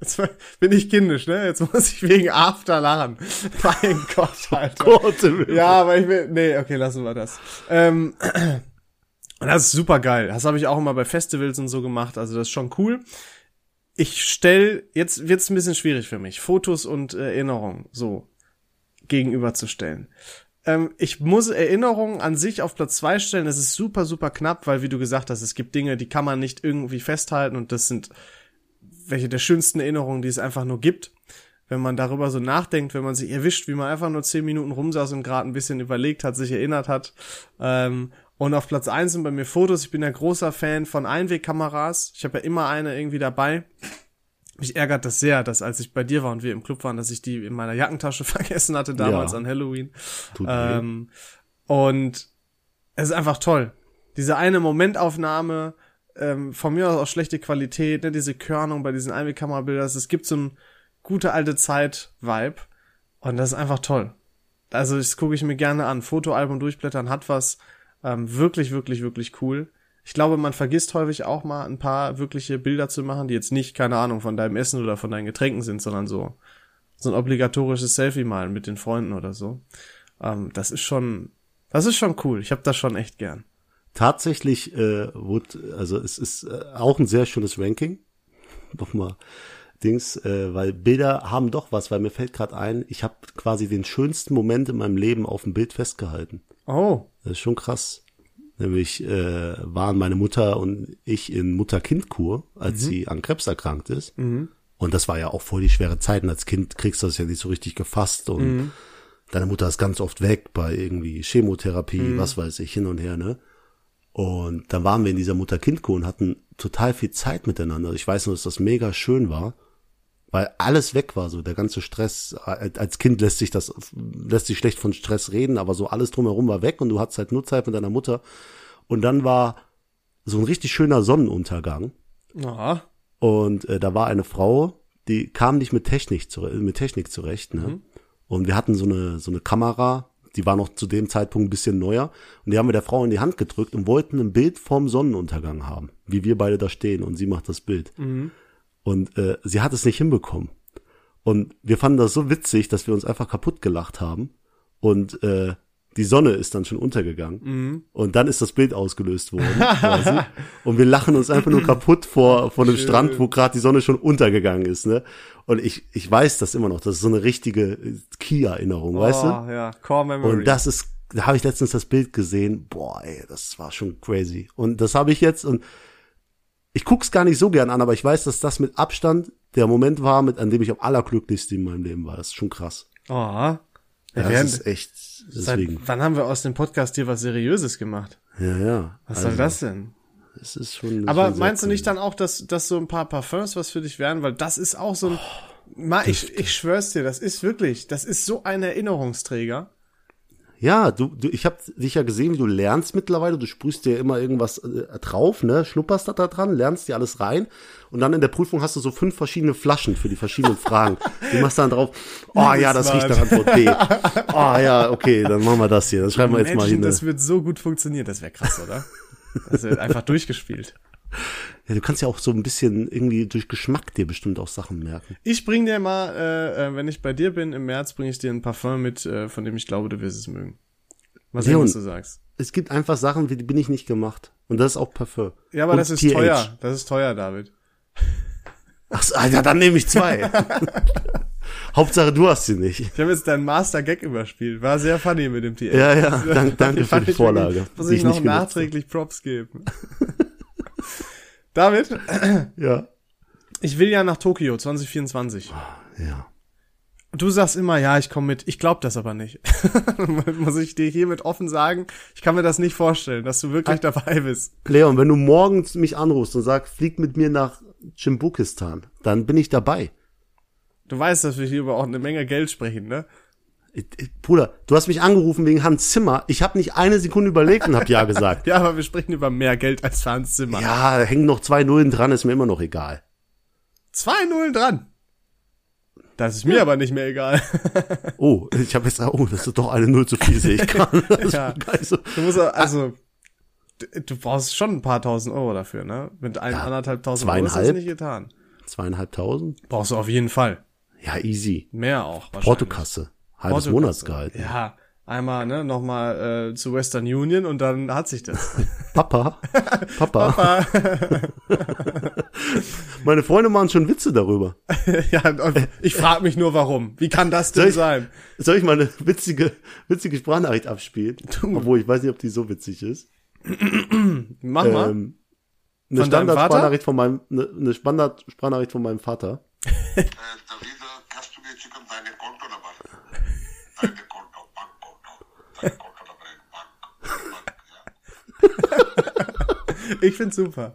B: Jetzt bin ich kindisch, ne? Jetzt muss ich wegen After lachen. [laughs] Mein Gott, Alter.
A: Gott im Himmel.
B: Ja, aber ich will. Nee, okay, lassen wir das. Ähm, [clears throat] und das ist super geil. Das habe ich auch immer bei Festivals und so gemacht. Also das ist schon cool. Ich stell, jetzt wird's ein bisschen schwierig für mich, Fotos und äh, Erinnerungen so gegenüberzustellen. Ähm, ich muss Erinnerungen an sich auf Platz zwei stellen. Das ist super, super knapp, weil wie du gesagt hast, es gibt Dinge, die kann man nicht irgendwie festhalten und das sind welche der schönsten Erinnerungen, die es einfach nur gibt. Wenn man darüber so nachdenkt, wenn man sich erwischt, wie man einfach nur zehn Minuten rumsaß und gerade ein bisschen überlegt hat, sich erinnert hat. Ähm, und auf Platz eins sind bei mir Fotos. Ich bin ja großer Fan von Einwegkameras. Ich habe ja immer eine irgendwie dabei. Mich ärgert das sehr, dass als ich bei dir war und wir im Club waren, dass ich die in meiner Jackentasche [laughs] vergessen hatte, damals
A: Ja.
B: an Halloween.
A: Tut weh.
B: Ähm, und es ist einfach toll. Diese eine Momentaufnahme, ähm, von mir aus auch schlechte Qualität, ne, diese Körnung bei diesen Einwegkamerabildern, es gibt so ein gute alte Zeit-Vibe und das ist einfach toll. Also das gucke ich mir gerne an. Fotoalbum durchblättern hat was ähm, wirklich, wirklich, wirklich cool. Ich glaube, man vergisst häufig auch mal ein paar wirkliche Bilder zu machen, die jetzt nicht, keine Ahnung, von deinem Essen oder von deinen Getränken sind, sondern so so ein obligatorisches Selfie malen mit den Freunden oder so. Ähm, das ist schon, das ist schon cool. Ich habe das schon echt gern.
A: Tatsächlich äh, wurde, also es ist äh, auch ein sehr schönes Ranking. Nochmal Dings, äh, weil Bilder haben doch was, weil mir fällt gerade ein, ich habe quasi den schönsten Moment in meinem Leben auf dem Bild festgehalten.
B: Oh,
A: Das ist schon krass. Nämlich äh, waren meine Mutter und ich in Mutter-Kind-Kur, als sie an Krebs erkrankt ist. Und das war ja auch voll die schwere Zeiten. Als Kind kriegst du das ja nicht so richtig gefasst und deine Mutter ist ganz oft weg bei irgendwie Chemotherapie, was weiß ich, hin und her, ne? Und dann waren wir in dieser Mutter-Kind-Kur und hatten total viel Zeit miteinander. Ich weiß nur, dass das mega schön war, weil alles weg war, so der ganze Stress. Als Kind lässt sich das, lässt sich schlecht von Stress reden, aber so alles drumherum war weg und du hattest halt nur Zeit mit deiner Mutter. Und dann war so ein richtig schöner Sonnenuntergang.
B: ja.
A: Und äh, da war eine Frau, die kamen nicht mit Technik zurecht, mit Technik zurecht ne? Und wir hatten so eine, so eine Kamera, die war noch zu dem Zeitpunkt ein bisschen neuer. Und die haben wir der Frau in die Hand gedrückt und wollten ein Bild vom Sonnenuntergang haben, wie wir beide da stehen und sie macht das Bild. Und äh, sie hat es nicht hinbekommen. Und wir fanden das so witzig, dass wir uns einfach kaputt gelacht haben. Und äh, die Sonne ist dann schon untergegangen. Und dann ist das Bild ausgelöst worden. quasi. Und wir lachen uns einfach nur kaputt vor, vor einem Strand, wo gerade die Sonne schon untergegangen ist. Ne? Und ich, ich weiß das immer noch. Das ist so eine richtige Key-Erinnerung, weißt du?
B: Oh, ja, Core Memory.
A: Und das ist, da habe ich letztens das Bild gesehen. Boah, ey, das war schon crazy. Und das habe ich jetzt und ich guck's gar nicht so gern an, aber ich weiß, dass das mit Abstand der Moment war, mit an dem ich am allerglücklichsten in meinem Leben war. Das ist schon krass.
B: oh. Wir
A: Ja,
B: werden-
A: das ist echt
B: seit
A: deswegen.
B: wann haben wir aus dem Podcast hier was Seriöses gemacht?
A: Ja, ja.
B: Was soll das denn?
A: Es ist schon.
B: Aber
A: schon Also, sehr
B: meinst du
A: cool.
B: nicht dann auch, dass, dass so ein paar Parfums was für dich wären? Weil das ist auch so ein.
A: Oh,
B: Ma, ich, ich schwör's dir, das ist wirklich, das ist so ein Erinnerungsträger.
A: Ja, du, du, ich habe dich ja gesehen, wie du lernst mittlerweile. Du sprühst dir immer irgendwas äh, drauf, ne? Schnupperst da, da dran, lernst dir alles rein. Und dann in der Prüfung hast du so fünf verschiedene Flaschen für die verschiedenen Fragen. Du machst dann
B: [laughs]
A: drauf, oh ja, das riecht nach Antwort B. Oh ja, okay, dann machen wir das hier. Dann schreiben wir jetzt mal
B: Imagine,
A: hin. ne?
B: das wird so gut funktionieren, das wäre krass,
A: [laughs]
B: oder? Das wird einfach durchgespielt.
A: Ja, du kannst ja auch so ein bisschen irgendwie durch Geschmack dir bestimmt auch Sachen merken.
B: Ich bring dir mal, äh, äh, wenn ich bei dir bin im März, bringe ich dir ein Parfum mit, äh, von dem ich glaube, du wirst es mögen. Mal sehen,
A: Leon.
B: was du sagst.
A: Es gibt einfach Sachen, für die bin ich nicht gemacht. Und das ist auch Parfum.
B: Ja, aber
A: Und
B: das ist
A: TH.
B: teuer. Das ist teuer, David.
A: Ach, so, Alter, dann nehme ich
B: [laughs]
A: zwei. Hauptsache, du hast sie nicht.
B: Ich habe jetzt deinen Master Gag überspielt. War sehr funny mit dem TL.
A: Ja, ja, dank, danke für
B: [laughs] fand
A: die
B: ich wirklich-
A: Vorlage.
B: Muss
A: die
B: ich noch
A: nicht genutzt
B: nachträglich Props geben. [laughs] David,
A: habe. Ja.
B: ich will ja nach Tokio 2024.
A: Ja.
B: Du sagst immer, ja, ich komme mit. Ich glaube das aber nicht. [laughs] Muss ich dir hiermit offen sagen, ich kann mir das nicht vorstellen, dass du wirklich dabei bist.
A: Leon, wenn du morgens mich anrufst und sagst, flieg mit mir nach Dschimbukistan, dann bin ich dabei.
B: Du weißt, dass wir hier über auch eine Menge Geld sprechen, ne?
A: Ich- ich- Bruder, du hast mich angerufen wegen Hans Zimmer. Ich habe nicht eine Sekunde überlegt und habe ja gesagt.
B: [laughs] Ja, aber wir sprechen über mehr Geld als für Hans Zimmer.
A: Ja, hängen noch zwei Nullen dran, ist mir immer noch egal.
B: Zwei Nullen dran. Das ist mir aber nicht
A: [laughs]
B: mehr egal.
A: Oh, ich habe jetzt, oh, das ist doch eine Null zu viel, sehe
B: [laughs]
A: ich gerade. Das
B: Ja.
A: war geil so.
B: Du musst ja- also, du, du brauchst schon ein paar tausend Euro dafür, ne? Mit einem anderthalb tausend Euro ist das
A: zweieinhalb.
B: nicht getan.
A: Zweieinhalbtausend?
B: Brauchst du auf jeden Fall.
A: Ja, easy.
B: Mehr auch wahrscheinlich.
A: Portokasse. Halbes
B: Portokasse.
A: Monatsgehalt. ne?
B: Ja, einmal, ne, nochmal äh, zu Western Union und dann hat
A: [laughs]
B: sich das. [laughs]
A: Papa, Papa. Meine Freunde machen schon Witze darüber.
B: ja, und ich frage mich nur, warum. Wie kann das denn
A: ich-
B: sein?
A: Soll ich mal eine witzige, witzige Sprachnachricht abspielen? Obwohl, ich weiß nicht, ob die so witzig ist.
B: Mach mal.
A: Ähm, eine
B: Von deinem Vater?
A: Standardsprachnachricht von meinem, eine, eine Standardsprachnachricht von meinem Vater.
B: [laughs]
C: Äh, da wieder kannst du mir schicken deine Kontonummer. Deine Konto, Bankkonto. Deine Kontonummer in Bank. Bank ja.
B: Ich find's super.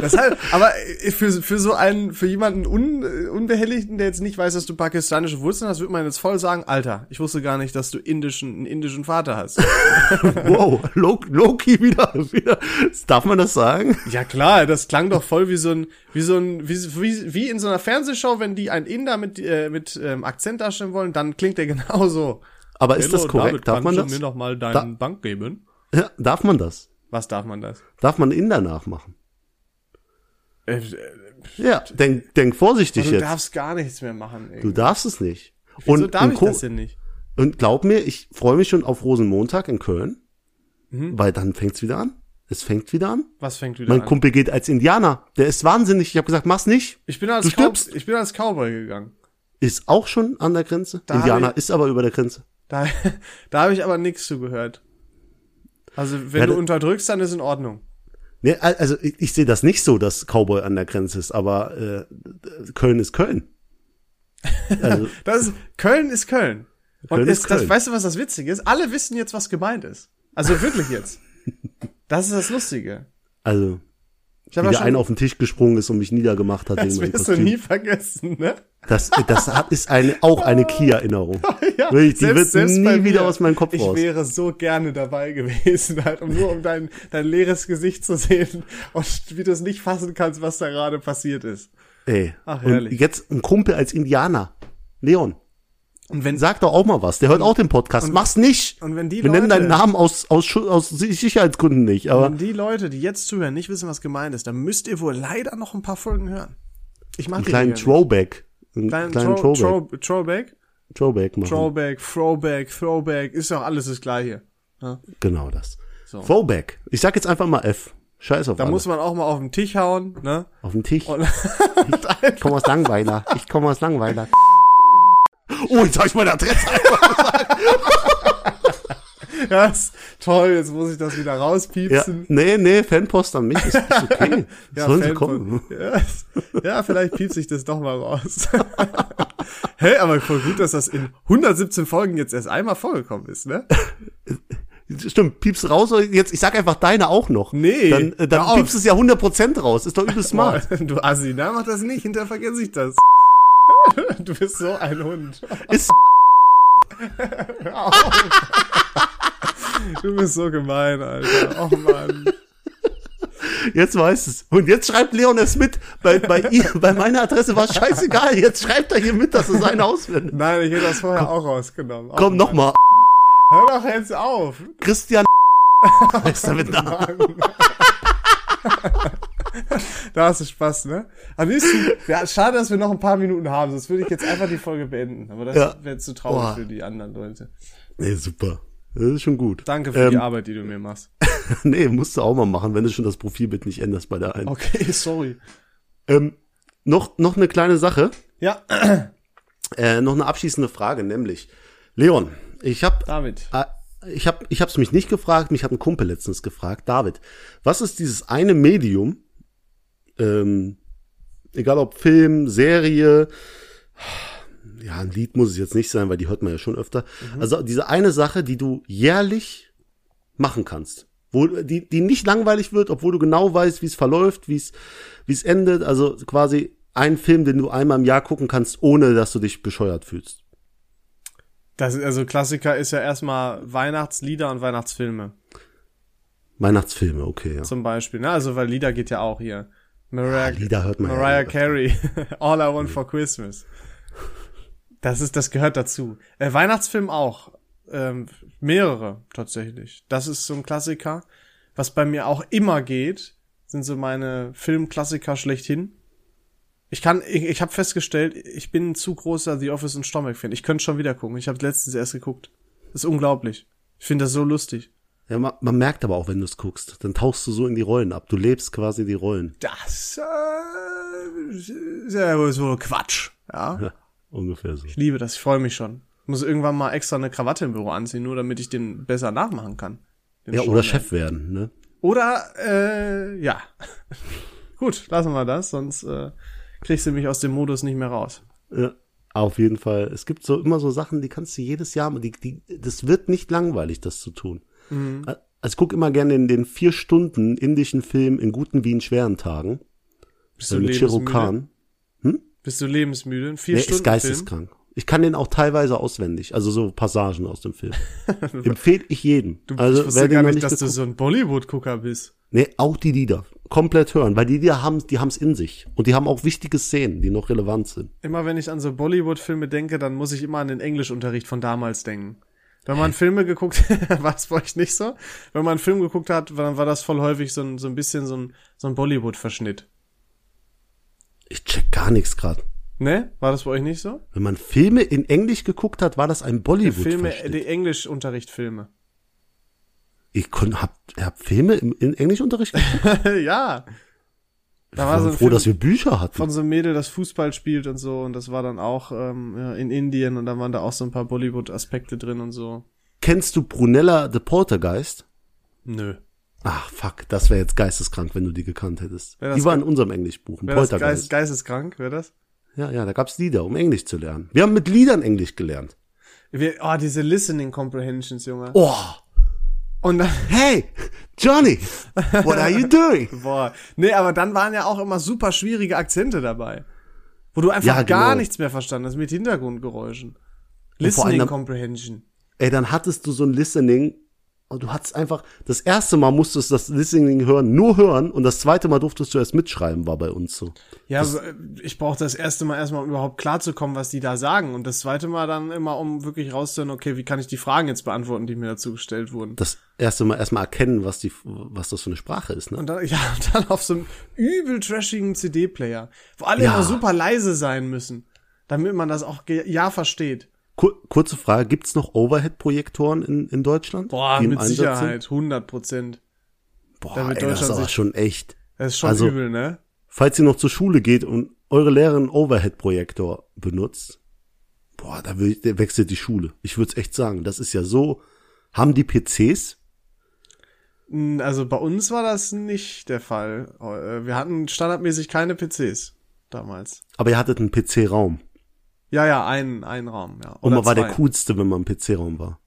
B: Deshalb, aber äh, für, für so einen, für jemanden un, äh, Unbehelligten, der jetzt nicht weiß, dass du pakistanische Wurzeln hast, würde man jetzt voll sagen, Alter, ich wusste gar nicht, dass du indischen, einen indischen Vater hast.
A: Wow, low, low key wieder, wieder. Darf man das sagen?
B: [laughs] ja klar, das klang doch voll wie so ein, wie so ein, wie, wie, wie in so einer Fernsehshow, wenn die einen Inder mit, äh, mit ähm, Akzent darstellen wollen, dann klingt der [laughs] genauso.
A: Aber ist das korrekt? Darf man
B: mir
A: das?
B: noch mal deinen
A: Da-
B: Bank geben?
A: Ja, darf man das?
B: Was darf man das?
A: Darf man Inder nachmachen?
B: Äh,
A: Ja, denk, denk vorsichtig
B: du
A: jetzt.
B: darfst gar nichts mehr machen. Ey.
A: du darfst es nicht.
B: Wieso
A: und,
B: darf
A: und,
B: ich
A: ko-
B: das denn nicht?
A: und glaub mir, ich freue mich schon auf Rosenmontag in Köln,
B: Mhm.
A: weil dann fängt's wieder an. Es fängt wieder an.
B: Was fängt wieder
A: Mein
B: an?
A: Kumpel geht als Indianer. Der ist wahnsinnig. Ich habe gesagt, mach's nicht.
B: Ich bin als
A: Du
B: Cow-
A: stirbst.
B: ich bin als Cowboy gegangen.
A: Ist auch schon an der Grenze.
B: Da hab
A: Indianer
B: ich-
A: ist aber über der Grenze.
B: Da, [laughs] da habe ich aber nichts zugehört. Also wenn
A: Ja,
B: du
A: da-
B: unterdrückst, dann ist in Ordnung.
A: Nee, al- also ich, ich sehe das nicht so, dass Cowboy an der Grenze ist, aber äh, Köln ist Köln. Also,
B: Das ist, Köln ist Köln. Und
A: Köln
B: ist,
A: ist
B: Das,
A: Köln.
B: weißt du, was das Witzige ist? Alle wissen jetzt, was gemeint ist. Also wirklich jetzt. Das ist das Lustige.
A: also
B: Ich habe
A: wie der
B: ja schon,
A: eine auf den Tisch gesprungen ist und mich niedergemacht hat wegen
B: [laughs] das
A: meinem
B: wirst du
A: Kostüm.
B: nie vergessen, ne?
A: Das, das hat, ist eine, auch
B: [laughs]
A: eine Kia-Erinnerung.
B: Ja,
A: Wirklich, die wird nie
B: bei mir.
A: wieder aus meinem Kopf
B: ich
A: raus.
B: Ich wäre so gerne dabei gewesen, [laughs] halt, um nur um dein, dein leeres Gesicht zu sehen und wie du es nicht fassen kannst, was da gerade passiert ist.
A: Ey.
B: Ach,
A: und
B: herrlich.
A: jetzt ein Kumpel als Indianer. Leon,
B: Und wenn
A: sag doch auch mal was. Der hört auch den Podcast. Mach's nicht.
B: und wenn die
A: Wir nennen
B: Leute-
A: deinen Namen aus, aus, Schu- aus Sicherheitsgründen nicht. Aber
B: wenn die Leute, die jetzt zuhören, nicht wissen, was gemeint ist, dann müsst ihr wohl leider noch ein paar Folgen hören. Ich mag
A: einen kleinen
B: Throwback.
A: Throwback. Einen kleinen,
B: Kleinen Throw,
A: Throwback.
B: Throw, Throwback,
A: Throwback machen.
B: Throwback, Throwback, Throwback, ist doch alles das gleiche. Ja?
A: Genau das. Throwback. Ich sag jetzt einfach mal F. Scheiß auf
B: Da
A: alles.
B: muss man auch mal auf den Tisch hauen, ne? [laughs]
A: Auf den Tisch.
B: Und
A: [laughs] Ich komme aus Langweiler. Ich komme aus Langweiler. Oh, jetzt habe ich meine Adresse.
B: das, toll, jetzt muss ich das wieder
A: Ja,
B: rauspiepsen.
A: nee, nee, Fanpost an mich. Ist, ist [laughs] okay. Sollen sie
B: Fan
A: kommen.
B: von- [laughs] Ja, ja, vielleicht piepse ich das doch mal raus. [laughs] hey, aber voll gut, dass das in 117 Folgen jetzt erst einmal vorgekommen ist, ne?
A: Stimmt, piepst raus. oder Jetzt, ich sag einfach deine auch noch.
B: Nee,
A: Dann, äh,
B: hör
A: dann
B: auf.
A: piepst es ja 100% raus. Ist doch übel smart.
B: Du Assi, na, mach das nicht, hinterher vergesse ich das. [laughs] Du bist so ein Hund.
A: Ist,
B: Du bist so gemein, Alter. Oh Mann.
A: jetzt weiß es. Und jetzt schreibt Leon es mit. Bei, bei, ihr, bei meiner Adresse war scheißegal. Jetzt schreibt er hier mit, dass es sein Haus wird.
B: Nein, ich hätte das vorher auch rausgenommen. Oh
A: Komm,
B: Mann.
A: nochmal.
B: Hör doch jetzt auf. [laughs]
A: [laughs] Christian heißt er mit Namen.
B: Da hast du Spaß, ne? Am liebsten, ja, schade, dass wir noch ein paar Minuten haben, sonst würde ich jetzt einfach die Folge beenden. Aber das
A: Ja.
B: wäre zu traurig
A: Boah.
B: für die anderen Leute.
A: Nee, super. Das ist schon gut.
B: Danke für die Arbeit, die du mir machst.
A: [laughs] Nee, musst du auch mal machen, wenn du schon das Profilbild nicht änderst bei der einen.
B: [laughs] Okay, sorry.
A: Ähm, noch, noch eine kleine Sache,
B: Ja,
A: äh, noch eine abschließende Frage, nämlich, Leon, ich habe
B: David.
A: Ah, ich habe ich hab's mich nicht gefragt, mich hat ein Kumpel letztens gefragt, David, was ist dieses eine Medium, ähm, egal ob Film, Serie, ja, ein Lied muss es jetzt nicht sein, weil die hört man ja schon öfter. Also diese eine Sache, die du jährlich machen kannst, wo die die nicht langweilig wird, obwohl du genau weißt, wie es verläuft, wie es wie es endet, also quasi ein Film, den du einmal im Jahr gucken kannst, ohne dass du dich bescheuert fühlst.
B: Das, ist- also Klassiker ist ja erstmal Weihnachtslieder und Weihnachtsfilme
A: Weihnachtsfilme, okay, ja.
B: zum Beispiel. Ne? Also weil Lieder geht ja auch hier. Mariah,
A: Lieder hört man ja
B: Mariah
A: öfter.
B: Carey, [laughs] All I Want for Christmas. Das ist, das gehört dazu. Äh, Weihnachtsfilm auch. Ähm, mehrere tatsächlich. Das ist so ein Klassiker. Was bei mir auch immer geht, sind so meine Filmklassiker schlechthin. Ich kann, ich, ich habe festgestellt, ich bin ein zu großer The Office und Stromberg-Fan. Ich könnte schon wieder gucken. Ich habe letztens erst geguckt. Das ist unglaublich. Ich finde das so lustig.
A: Ja, man, man merkt aber auch, wenn du es guckst, dann tauchst du so in die Rollen ab. Du lebst quasi die Rollen.
B: das äh, ist ja wohl so Quatsch. Ja.
A: Ja, ungefähr so.
B: Ich liebe das, ich freue mich schon. Ich muss irgendwann mal extra eine Krawatte im Büro anziehen, nur damit ich den besser nachmachen kann. Den
A: Ja,
B: Showman.
A: oder Chef werden, ne?
B: Oder, äh, ja. [laughs] Gut, lassen wir das, sonst äh, kriegst du mich aus dem Modus nicht mehr raus.
A: Ja, auf jeden Fall. Es gibt so immer so Sachen, die kannst du jedes Jahr, die, die, das wird nicht langweilig, das zu tun.
B: Mhm.
A: Also ich guck immer gerne in den vier Stunden indischen Film in guten wie in schweren Tagen.
B: Bist
A: So mit Shiro Khan.
B: Bist du lebensmüde? Ein Vier
A: Der
B: Stunden
A: ist geisteskrank. Ich kann den auch teilweise auswendig, also so Passagen aus dem
B: [laughs]
A: Film. Empfehle ich jedem.
B: Du,
A: also,
B: ich
A: wer
B: wusste
A: den
B: gar
A: noch
B: nicht, dass du
A: geguckt-
B: so ein Bollywood-Gucker bist.
A: Nee, Ne, auch die Lieder. Komplett hören, weil die Lieder haben, die haben's in sich. Und die haben auch wichtige Szenen, die noch relevant sind.
B: Immer wenn ich an so Bollywood-Filme denke, dann muss ich immer an den Englischunterricht von damals denken. Wenn man Filme geguckt [laughs] war es bei euch nicht so? Wenn man einen Film geguckt hat, dann war das voll häufig so ein, so ein bisschen so ein, so ein Bollywood-Verschnitt.
A: Ich check gar nichts gerade.
B: Ne? War das bei euch nicht so?
A: Wenn man Filme in Englisch geguckt hat, war das ein bollywood
B: Filme, äh,
A: Filme,
B: die Englischunterrichtfilme. [laughs]
A: Ich kon, hab, hab Filme im, in Englischunterricht geguckt.
B: ja. Da war so
A: froh,
B: ein Also Film
A: dass wir Bücher hatten.
B: von so einem Mädel, das Fußball spielt und so. Und das war dann auch ähm, ja, in Indien und dann waren da auch so ein paar Bollywood-Aspekte drin und so.
A: Kennst du Brunella the Poltergeist?
B: Nö.
A: Ach, fuck, das wäre jetzt geisteskrank, wenn du die gekannt hättest.
B: Wär das
A: Die war in unserem Englischbuch, ein
B: Wäre das
A: Poltergeist.
B: Geist, geisteskrank, wäre das?
A: ja, ja, da gab's Lieder, um Englisch zu lernen. Wir haben mit Liedern Englisch gelernt.
B: Wir, oh, diese Listening Comprehensions, Junge.
A: Oh,
B: Und dann, [laughs]
A: hey, Johnny, what are you doing?
B: boah. Nee, aber dann waren ja auch immer super schwierige Akzente dabei. Wo du einfach
A: Ja,
B: gar
A: genau.
B: nichts mehr verstanden hast mit Hintergrundgeräuschen.
A: vor
B: Listening
A: allem-
B: Comprehension.
A: Ey, dann hattest du so ein Listening Und du hattest einfach, das erste Mal musstest du das Listening hören, nur hören und das zweite Mal durftest du erst mitschreiben, war bei uns so.
B: Ja, also, ich brauchte das erste Mal erstmal, um überhaupt klarzukommen, was die da sagen. Und das zweite Mal dann immer, um wirklich rauszuhören, okay, wie kann ich die Fragen jetzt beantworten, die mir dazu gestellt wurden.
A: Das erste Mal erstmal erkennen, was die, was das für eine Sprache ist, ne?
B: Und dann, [laughs] ja, und dann auf so einem übel trashigen CD-Player, wo alle
A: Ja.
B: immer super leise sein müssen, damit man das auch ge- ja versteht.
A: Kur kurze Frage, gibt's noch Overhead-Projektoren in, in Deutschland?
B: Boah,
A: die im
B: mit
A: Einsatz sind?
B: Sicherheit, 100 Prozent.
A: Boah, ey,
B: damit
A: das ist
B: Deutschland
A: aber
B: sich-
A: schon echt.
B: Das ist schon
A: Also-
B: übel, ne?
A: Falls ihr noch zur Schule geht und eure Lehrerin einen Overhead-Projektor benutzt, boah, da will, der wechselt die Schule. Ich würde es echt sagen, das ist ja so. Haben die PCs?
B: Mm, Also bei uns war das nicht der Fall. Äh, Wir hatten standardmäßig keine PCs damals.
A: Aber ihr hattet einen PC-Raum.
B: Ja, ja, einen, einen Raum, ja.
A: Und man war der
B: zwei.
A: coolste, wenn man im PC-Raum war.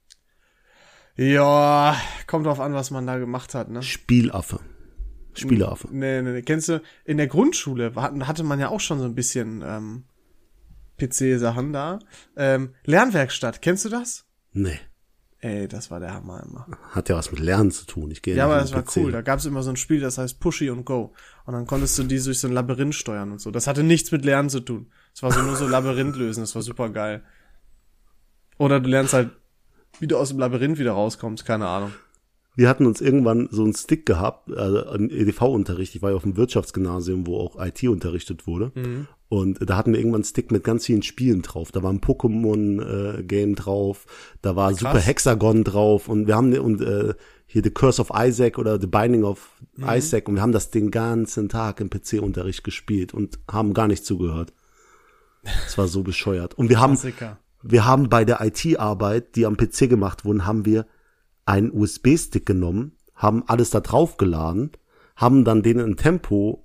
B: Ja, kommt drauf an, was man da gemacht hat, ne?
A: Spielaffe. Spielaffe.
B: Nee, nee, nee. Kennst du, in der Grundschule hatten- hatte man ja auch schon so ein bisschen ähm, PC-Sachen da. Ähm, Lernwerkstatt, kennst du das?
A: Nee.
B: Ey, das war der Hammer immer.
A: Hat ja was mit Lernen zu tun. Ich gehe nicht
B: Ja, aber
A: in
B: das war
A: den PC.
B: cool. Da gab's immer so ein Spiel, das heißt Pushy und Go. Und dann konntest du die durch so ein Labyrinth steuern und so. Das hatte nichts mit Lernen zu tun. Es war so nur so Labyrinth lösen. Das war super geil. Oder du lernst halt, wie du aus dem Labyrinth wieder rauskommst. Keine Ahnung.
A: Wir hatten uns irgendwann so einen Stick gehabt, also einen EDV-Unterricht. Ich war ja auf dem Wirtschaftsgymnasium, wo auch IT unterrichtet wurde. Und da hatten wir irgendwann einen Stick mit ganz vielen Spielen drauf. Da war ein Pokémon-Game drauf, da war Super Hexagon drauf und wir haben und äh, hier The Curse of Isaac oder The Binding of Isaac und wir haben das den ganzen Tag im PC-Unterricht gespielt und haben gar nicht zugehört. Es war so bescheuert. Und wir haben
B: Klassiker.
A: wir haben bei der IT-Arbeit, die am PC gemacht wurden, haben wir einen USB-Stick genommen, haben alles da drauf geladen, haben dann denen ein Tempo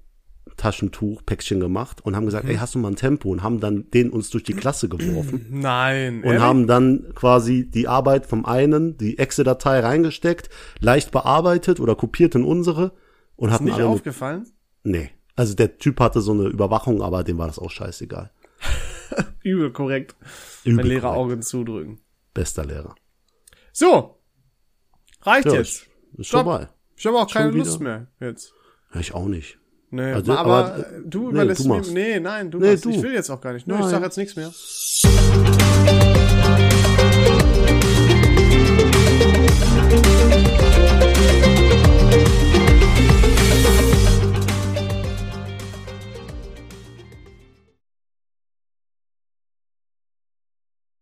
A: Taschentuch, Päckchen gemacht und haben gesagt, ey, hast du mal ein Tempo? Und haben dann den uns durch die Klasse
B: Mhm.
A: geworfen
B: Nein.
A: und haben dann quasi die Arbeit vom einen, die Excel-Datei reingesteckt, leicht bearbeitet oder kopiert in unsere und hatten
B: nicht
A: alle eine
B: aufgefallen?
A: Nee. Also der Typ hatte so eine Überwachung, aber dem war das auch scheißegal.
B: Übel korrekt.
A: Übel
B: Wenn Lehrer
A: korrekt.
B: Augen zudrücken.
A: Bester Lehrer.
B: So. Reicht
A: Ja,
B: jetzt.
A: Ist
B: Stopp.
A: vorbei.
B: Ich habe auch keine
A: wieder.
B: Lust mehr jetzt.
A: Ja, ich auch nicht.
B: Nee,
A: Also,
B: aber,
A: aber,
B: äh, du
A: nee,
B: überlässt
A: du
B: mir.
A: machst.
B: Nee, nein, du
A: Nee,
B: machst.
A: du.
B: Ich will jetzt auch gar nicht. Nö, ich
A: Nein.
B: sag jetzt nichts mehr.